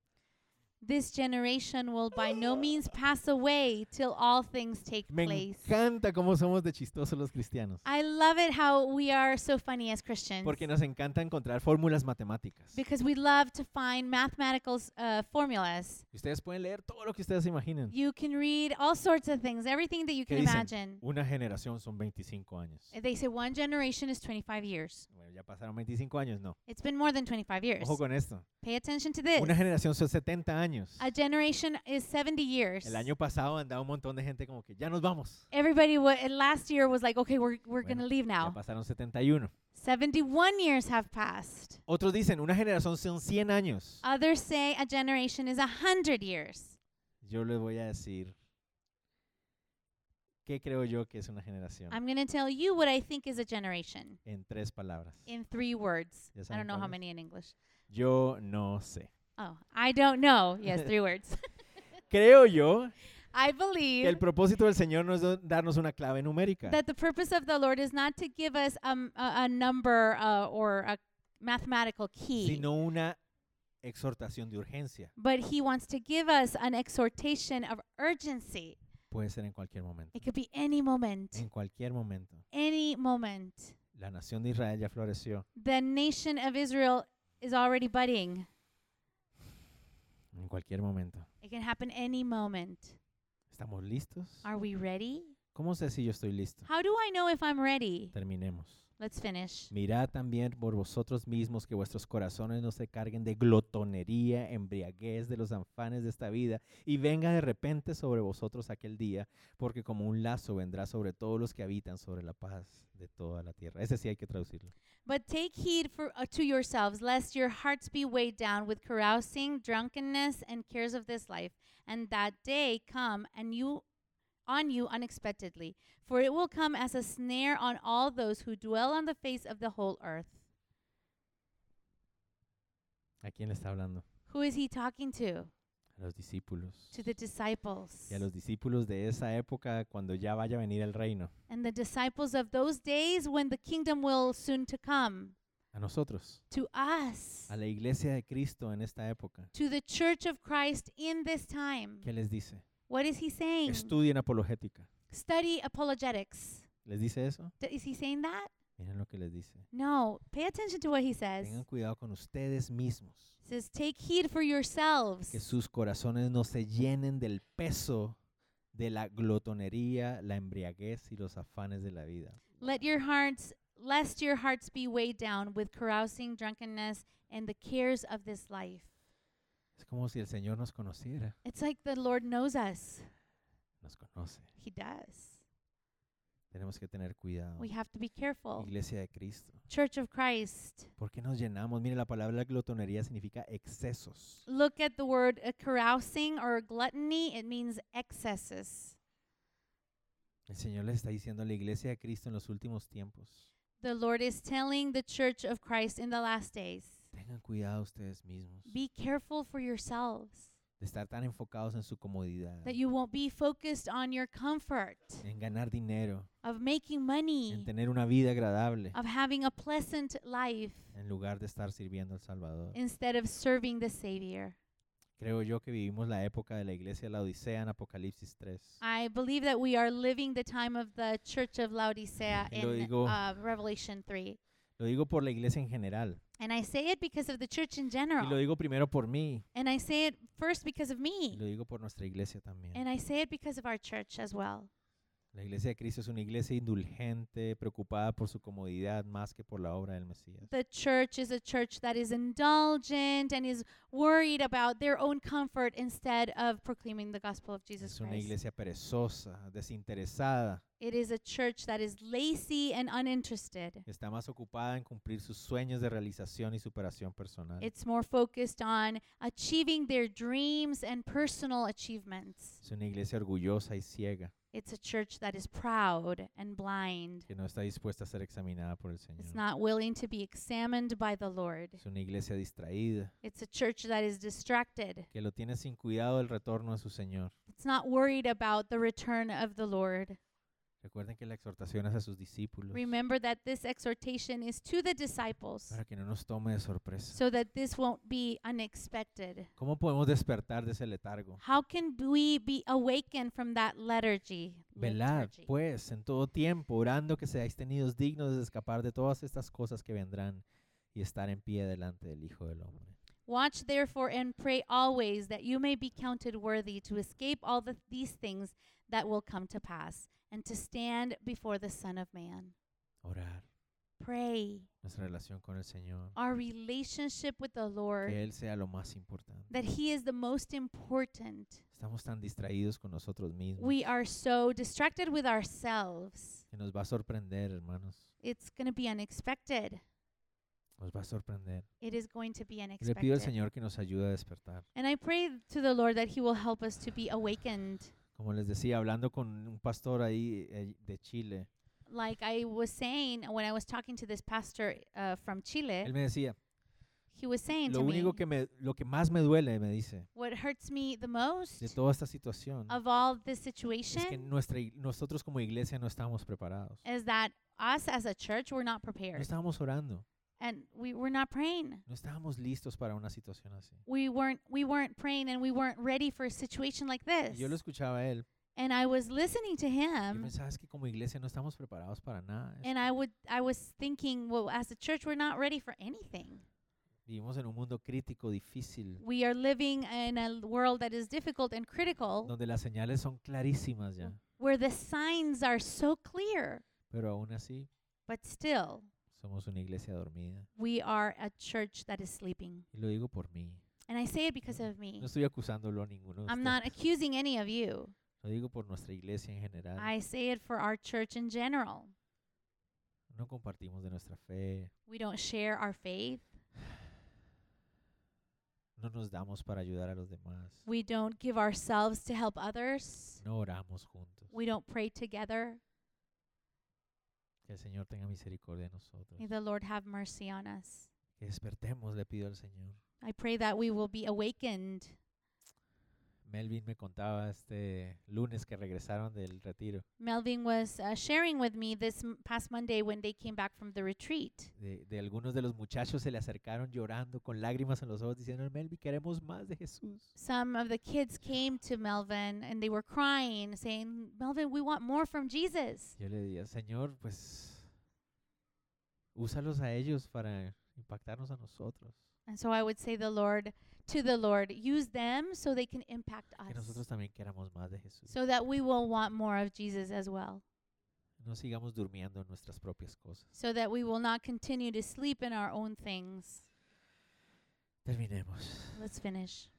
B: This generation will by no means pass away till all things take
A: Me
B: place. Ah,
A: encanta cómo somos de chistosos los cristianos.
B: I love it how we are so funny as Christians.
A: Porque nos encanta encontrar fórmulas matemáticas.
B: Because we love to find mathematical s- uh, formulas.
A: Y Ustedes pueden leer todo lo que ustedes se imaginen.
B: You can read all sorts of things, everything that you
A: ¿Qué
B: can
A: dicen?
B: imagine.
A: Una generación son 25 años.
B: Uh, They say one generation is 25 years.
A: Bueno, ya pasaron 25 años, no.
B: It's been more than 25 years.
A: Ojo con esto.
B: Pay attention to this.
A: Una generación son 70 años.
B: A generation is 70 years.
A: El año pasado andaba un montón de gente como que ya nos vamos.
B: Everybody wa- uh, last year was like, okay, we're, we're going to
A: Bueno,
B: leave
A: Ya
B: now.
A: pasaron 71.
B: 71 years have passed.
A: Otros dicen, una generación son 100 años.
B: Others say a generation is a hundred years.
A: Yo les voy a decir qué creo yo que es una generación.
B: I'm going to tell you what I think is a generation
A: En tres palabras.
B: in three words.
A: Ya
B: I
A: saben
B: don't know
A: cuál
B: how
A: es.
B: many in English.
A: Yo no sé.
B: Oh, I don't know. Yes, three words.
A: Creo yo
B: I
A: que el
B: believe
A: propósito del Señor no es do- darnos una clave numérica.
B: that the purpose of the Lord is not to give us um, a, a number uh, or a mathematical key,
A: sino una exhortación de urgencia.
B: but He wants to give us an exhortation of urgency.
A: Puede ser en cualquier momento.
B: It could be any moment,
A: En cualquier momento.
B: any moment.
A: La nación de Israel ya floreció.
B: The nation of Israel is already budding.
A: En cualquier momento.
B: It can happen any moment.
A: ¿Estamos listos?
B: Are we ready?
A: ¿Cómo sé si yo estoy listo?
B: How do I know if I'm ready?
A: Terminemos.
B: Let's finish.
A: Mirad también por vosotros mismos que vuestros corazones no se carguen de glotonería, embriaguez de los afanes de esta vida, y venga de repente sobre vosotros aquel día, porque como un lazo vendrá sobre todos los que habitan sobre la paz de toda la tierra. Ese sí hay que traducirlo.
B: But take heed for, uh, to yourselves, lest your hearts be weighed down with carousing, drunkenness, and cares of this life, and that day come and you on you unexpectedly, for it will come as a snare on all those who dwell on the face of the whole earth.
A: ¿A quién le está hablando?
B: Who is he talking to?
A: A los discípulos.
B: To the disciples.
A: Y a los discípulos de esa época cuando ya vaya a venir el reino.
B: And the disciples of those days when the kingdom will soon to come.
A: A nosotros.
B: To us.
A: A la iglesia de Cristo en esta época.
B: to the church of Christ in this time.
A: ¿Qué les dice?
B: What is he saying?
A: Estudien apologética.
B: Study apologetics.
A: ¿Les dice eso?
B: D- is he saying that?
A: Miren lo que les dice.
B: No. Pay attention to what he says.
A: Tengan cuidado con ustedes mismos.
B: He says, Take heed for yourselves
A: Que sus corazones no se llenen del peso de la glotonería, la embriaguez y los afanes de la vida.
B: Let your hearts, lest your hearts be weighed down with carousing, drunkenness, and the cares of this life.
A: Es como si el Señor nos conociera.
B: It's like the Lord knows us.
A: Nos conoce.
B: He does.
A: Tenemos que tener cuidado.
B: We have to be careful.
A: Iglesia de Cristo.
B: Church of Christ.
A: ¿Por qué nos llenamos? Mire, la palabra glotonería significa excesos.
B: Look at the word uh, carousing or gluttony. It means excesses.
A: El Señor le está diciendo a la iglesia de Cristo en los últimos tiempos,
B: The Lord is telling the church of Christ in the last days
A: tengan cuidado ustedes mismos de
B: be careful for yourselves
A: estar tan enfocados en su comodidad,
B: that you won't be focused on your comfort,
A: en ganar dinero,
B: of making
A: en
B: money,
A: tener una vida agradable,
B: of having a pleasant life,
A: en lugar de estar sirviendo al Salvador.
B: instead of serving the Savior.
A: Creo yo que vivimos la época de la iglesia de la Odisea en Apocalipsis 3.
B: I believe that we are living the time of the church of Laodicea
A: Y lo
B: in
A: digo-
B: uh, Revelation 3.
A: Lo digo por la iglesia en general.
B: And I say it because of the church in
A: Y lo
B: general.
A: digo primero por mí.
B: And I say it first because of
A: Y lo
B: me.
A: digo por nuestra iglesia también.
B: And I say it because of our church as well.
A: La iglesia de Cristo es una iglesia indulgente, preocupada por su comodidad más que por la obra del Mesías.
B: The church is a church that is indulgent and is worried about their own comfort instead of proclaiming the gospel of Jesus
A: Es una
B: Christ.
A: iglesia perezosa, desinteresada,
B: It is a church that is lazy and uninterested.
A: que está más ocupada en cumplir sus sueños de realización y superación personal.
B: It's more focused on achieving their dreams and personal achievements.
A: Es una iglesia orgullosa y ciega,
B: It's a church that is proud and blind.
A: que no está dispuesta a ser examinada por el
B: It's
A: Señor.
B: not willing to be examined by the Lord.
A: Es una iglesia distraída,
B: It's a church that is distracted.
A: que lo tiene sin cuidado el retorno de su Señor.
B: It's not worried about the return of the Lord.
A: Recuerden que la exhortación es a sus discípulos
B: Remember that this exhortation is to the disciples
A: para que no nos tome de sorpresa.
B: so that this won't be unexpected.
A: ¿Cómo podemos despertar de ese letargo?
B: How can we be awakened from that liturgy?
A: Velad,
B: liturgy?
A: pues, en todo tiempo, orando que seáis tenidos dignos de escapar de todas estas cosas que vendrán y estar en pie delante del Hijo del Hombre.
B: Watch therefore and pray always that you may be counted worthy to escape all the, these things that will come to pass and to stand before the Son of Man.
A: Orar,
B: Pray
A: nuestra relación con el Señor,
B: our relationship with the Lord,
A: que Él sea lo más importante.
B: that He is the most important.
A: Estamos tan distraídos con nosotros mismos
B: We are so distracted with ourselves.
A: que nos va a sorprender, hermanos.
B: It's going to be unexpected.
A: Nos va a sorprender.
B: It is going to be
A: Yo Le pido al
B: unexpected.
A: Señor que nos ayude a despertar.
B: And I pray to the Lord that He will help us to be awakened.
A: Como les decía, hablando con un pastor ahí eh, de Chile,
B: Like I was saying when I was talking to this pastor uh, from Chile.
A: él me decía,
B: He was saying
A: lo
B: to me,
A: único que me, lo que más me duele, me dice,
B: what hurts me the
A: de
B: most
A: toda esta situación,
B: of all this
A: es que
B: situation
A: nuestra, ig- nosotros como iglesia no estábamos preparados.
B: is that us as a church, we're not
A: No
B: prepared
A: estábamos orando.
B: and we were not praying.
A: No estábamos listos para una situación así.
B: We weren't we weren't praying and we weren't ready for a situation like
A: Y
B: this.
A: yo lo escuchaba a él.
B: And I was listening to
A: y Yo
B: him
A: pensaba, es que como iglesia no estamos preparados para nada. de
B: Um, and
A: esto.
B: I would I was thinking, well, as a church, we're not ready for anything.
A: Vivimos en un mundo crítico, difícil,
B: We are living in a world that is difficult and critical
A: donde las señales son clarísimas ya.
B: where the signs are so clear,
A: Pero aún así,
B: but still
A: somos una iglesia dormida.
B: we are a church that is sleeping.
A: Y lo digo por mí.
B: And I say it because of me.
A: No estoy acusándolo a ninguno. de
B: I'm
A: ustedes.
B: not accusing any of you.
A: Lo digo por nuestra iglesia en general.
B: I say it for our church in general.
A: No compartimos de nuestra fe.
B: We don't share our faith.
A: No nos damos para ayudar a los demás.
B: We don't give ourselves to help others.
A: No oramos juntos.
B: We don't pray together.
A: Que el Señor tenga misericordia de nosotros.
B: May the Lord have mercy on us.
A: Que despertemos, le pido al Señor.
B: I pray that we will be awakened.
A: Melvin me contaba este lunes que regresaron del retiro
B: Melvin was uh, sharing with me this m- past Monday when they came back from the retreat.
A: de, de algunos de los muchachos se le acercaron llorando con lágrimas en los ojos diciendo, Melvin, queremos más de Jesús.
B: Some of the kids came to Melvin and they were crying, saying, Melvin, we want more from Jesus.
A: Yo le decía, Señor, pues úsalos a ellos para impactarnos a nosotros.
B: And so I would say the Lord to the Lord, use them so they can impact
A: Que
B: us.
A: nosotros también queramos más de Jesús.
B: so that we will want more of Jesus as well,
A: No sigamos durmiendo en nuestras propias cosas.
B: so that we will not continue to sleep in our own things.
A: Terminemos.
B: Let's finish.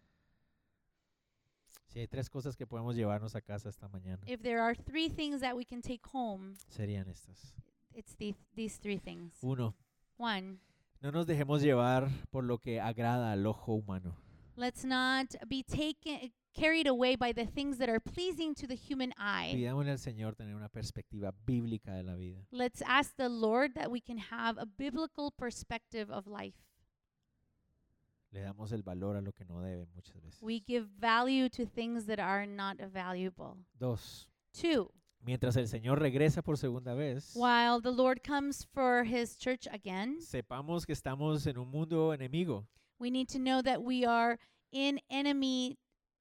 A: Si hay tres cosas que podemos llevarnos a casa esta mañana,
B: If there are three things that we can take home,
A: serían estas.
B: it's the, these three things.
A: Uno,
B: One,
A: No nos dejemos llevar por lo que agrada al ojo humano.
B: let's not be taken carried away by the things that are pleasing to the human eye.
A: Pidámosle al Señor tener una perspectiva bíblica de la vida.
B: Let's ask the Lord that we can have a biblical perspective of life.
A: Le damos el valor a lo que no debe muchas veces.
B: We give value to things that are not valuable.
A: Dos.
B: Two,
A: Mientras el Señor regresa por segunda vez,
B: while the Lord comes for his church again,
A: sepamos que estamos en un mundo enemigo.
B: we need to know that we are in enemy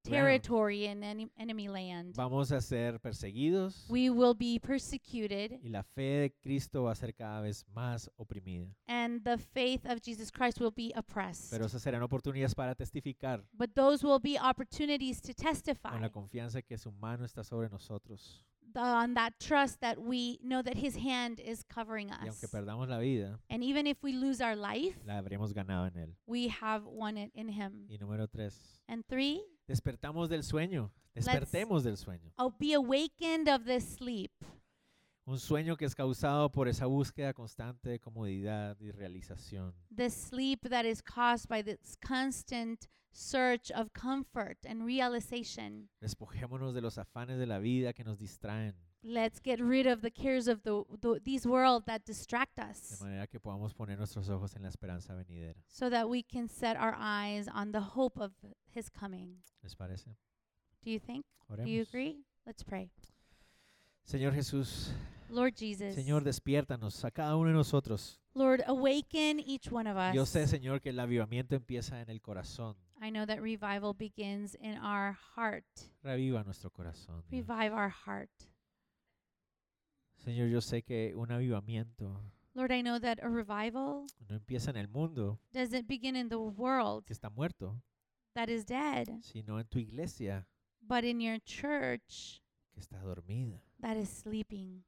A: Ground.
B: territory, in en- enemy land.
A: Vamos a ser perseguidos
B: We will be persecuted,
A: y la fe de Cristo va a ser cada vez más oprimida.
B: and the faith of Jesus Christ will be oppressed.
A: Pero esas serán oportunidades para testificar
B: But those will be opportunities to
A: con
B: testify
A: la confianza que su mano está sobre nosotros.
B: th- on that trust that we know that His hand is covering
A: Y aunque
B: us.
A: perdamos la vida,
B: And even if we lose our life,
A: la habremos ganado en Él.
B: we have won it in Him.
A: Y número tres,
B: And three,
A: despertamos del sueño. Despertemos del sueño.
B: oh, be awakened of this sleep,
A: Un sueño que es causado por esa búsqueda constante de comodidad y realización.
B: this sleep that is caused by this constant search of comfort and realization.
A: Despojémonos de los afanes de la vida que nos distraen,
B: Let's get rid of the cares of the, the these world that distract
A: de
B: us,
A: manera que podamos poner nuestros ojos en la esperanza venidera.
B: so that we can set our eyes on the hope of His coming.
A: ¿Les parece?
B: Do you think? Do you
A: Oremos.
B: agree? Let's pray.
A: Señor Jesús,
B: Lord Jesus.
A: Señor, despiértanos a cada uno de nosotros.
B: Lord, awaken each one of us.
A: Yo sé, Señor, que el avivamiento empieza en el corazón.
B: I know that revival begins in our heart.
A: Reviva nuestro corazón. Dios.
B: Revive our heart.
A: Señor, yo sé que un avivamiento
B: Lord, I know that a revival
A: no empieza en el mundo,
B: doesn't begin in the world
A: que está muerto,
B: that is dead,
A: sino en tu iglesia,
B: but in your church
A: que está dormida.
B: that is sleeping.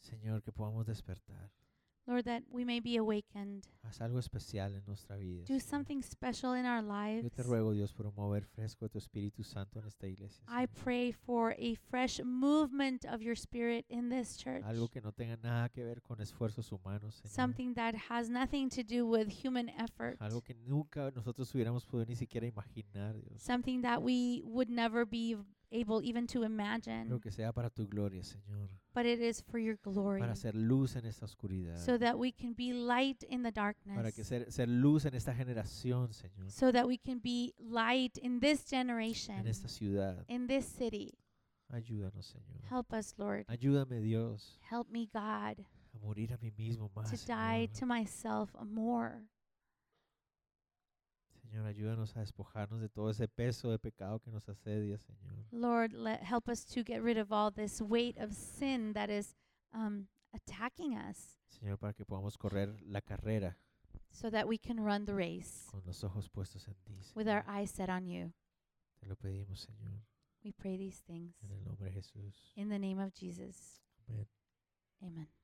A: Señor, que podamos despertar.
B: Lord, that we may be awakened.
A: Haz algo especial en nuestra vida.
B: Do
A: Señor.
B: something special in our
A: Yo
B: lives.
A: te ruego, Dios, por un mover fresco de tu Espíritu Santo en esta iglesia.
B: I
A: Señor.
B: pray for a fresh movement of your spirit in this church.
A: Algo que no tenga nada que ver con esfuerzos humanos, Señor.
B: Something that has nothing to do with human effort.
A: Algo que nunca nosotros hubiéramos podido ni siquiera imaginar, Dios.
B: something that we would never be v- able even to
A: Pero
B: imagine,
A: que sea para tu gloria, Señor.
B: but it is for your glory,
A: Para hacer luz en esta oscuridad.
B: so that we can be light in the
A: Para que
B: darkness,
A: ser, ser luz en esta generación, Señor.
B: so that we can be light in this generation,
A: En esta ciudad.
B: in this city.
A: Ayúdanos, Señor.
B: Help us, Lord.
A: Ayúdame, Dios,
B: Help me, God,
A: a morir a mí mismo más.
B: to die
A: Señor.
B: to myself more.
A: Señor, ayúdanos a despojarnos de todo ese peso de pecado que nos asedia, Señor.
B: Lord, let, help us to get rid of all this weight of sin that is um, attacking us,
A: Señor, para que podamos correr la carrera
B: so that we can run the race
A: con los ojos puestos en ti.
B: with our
A: Señor.
B: eyes set on you.
A: Te lo pedimos, Señor,
B: We pray these things.
A: en el nombre de Jesús.
B: In the name of Jesus.
A: Amen.
B: Amen.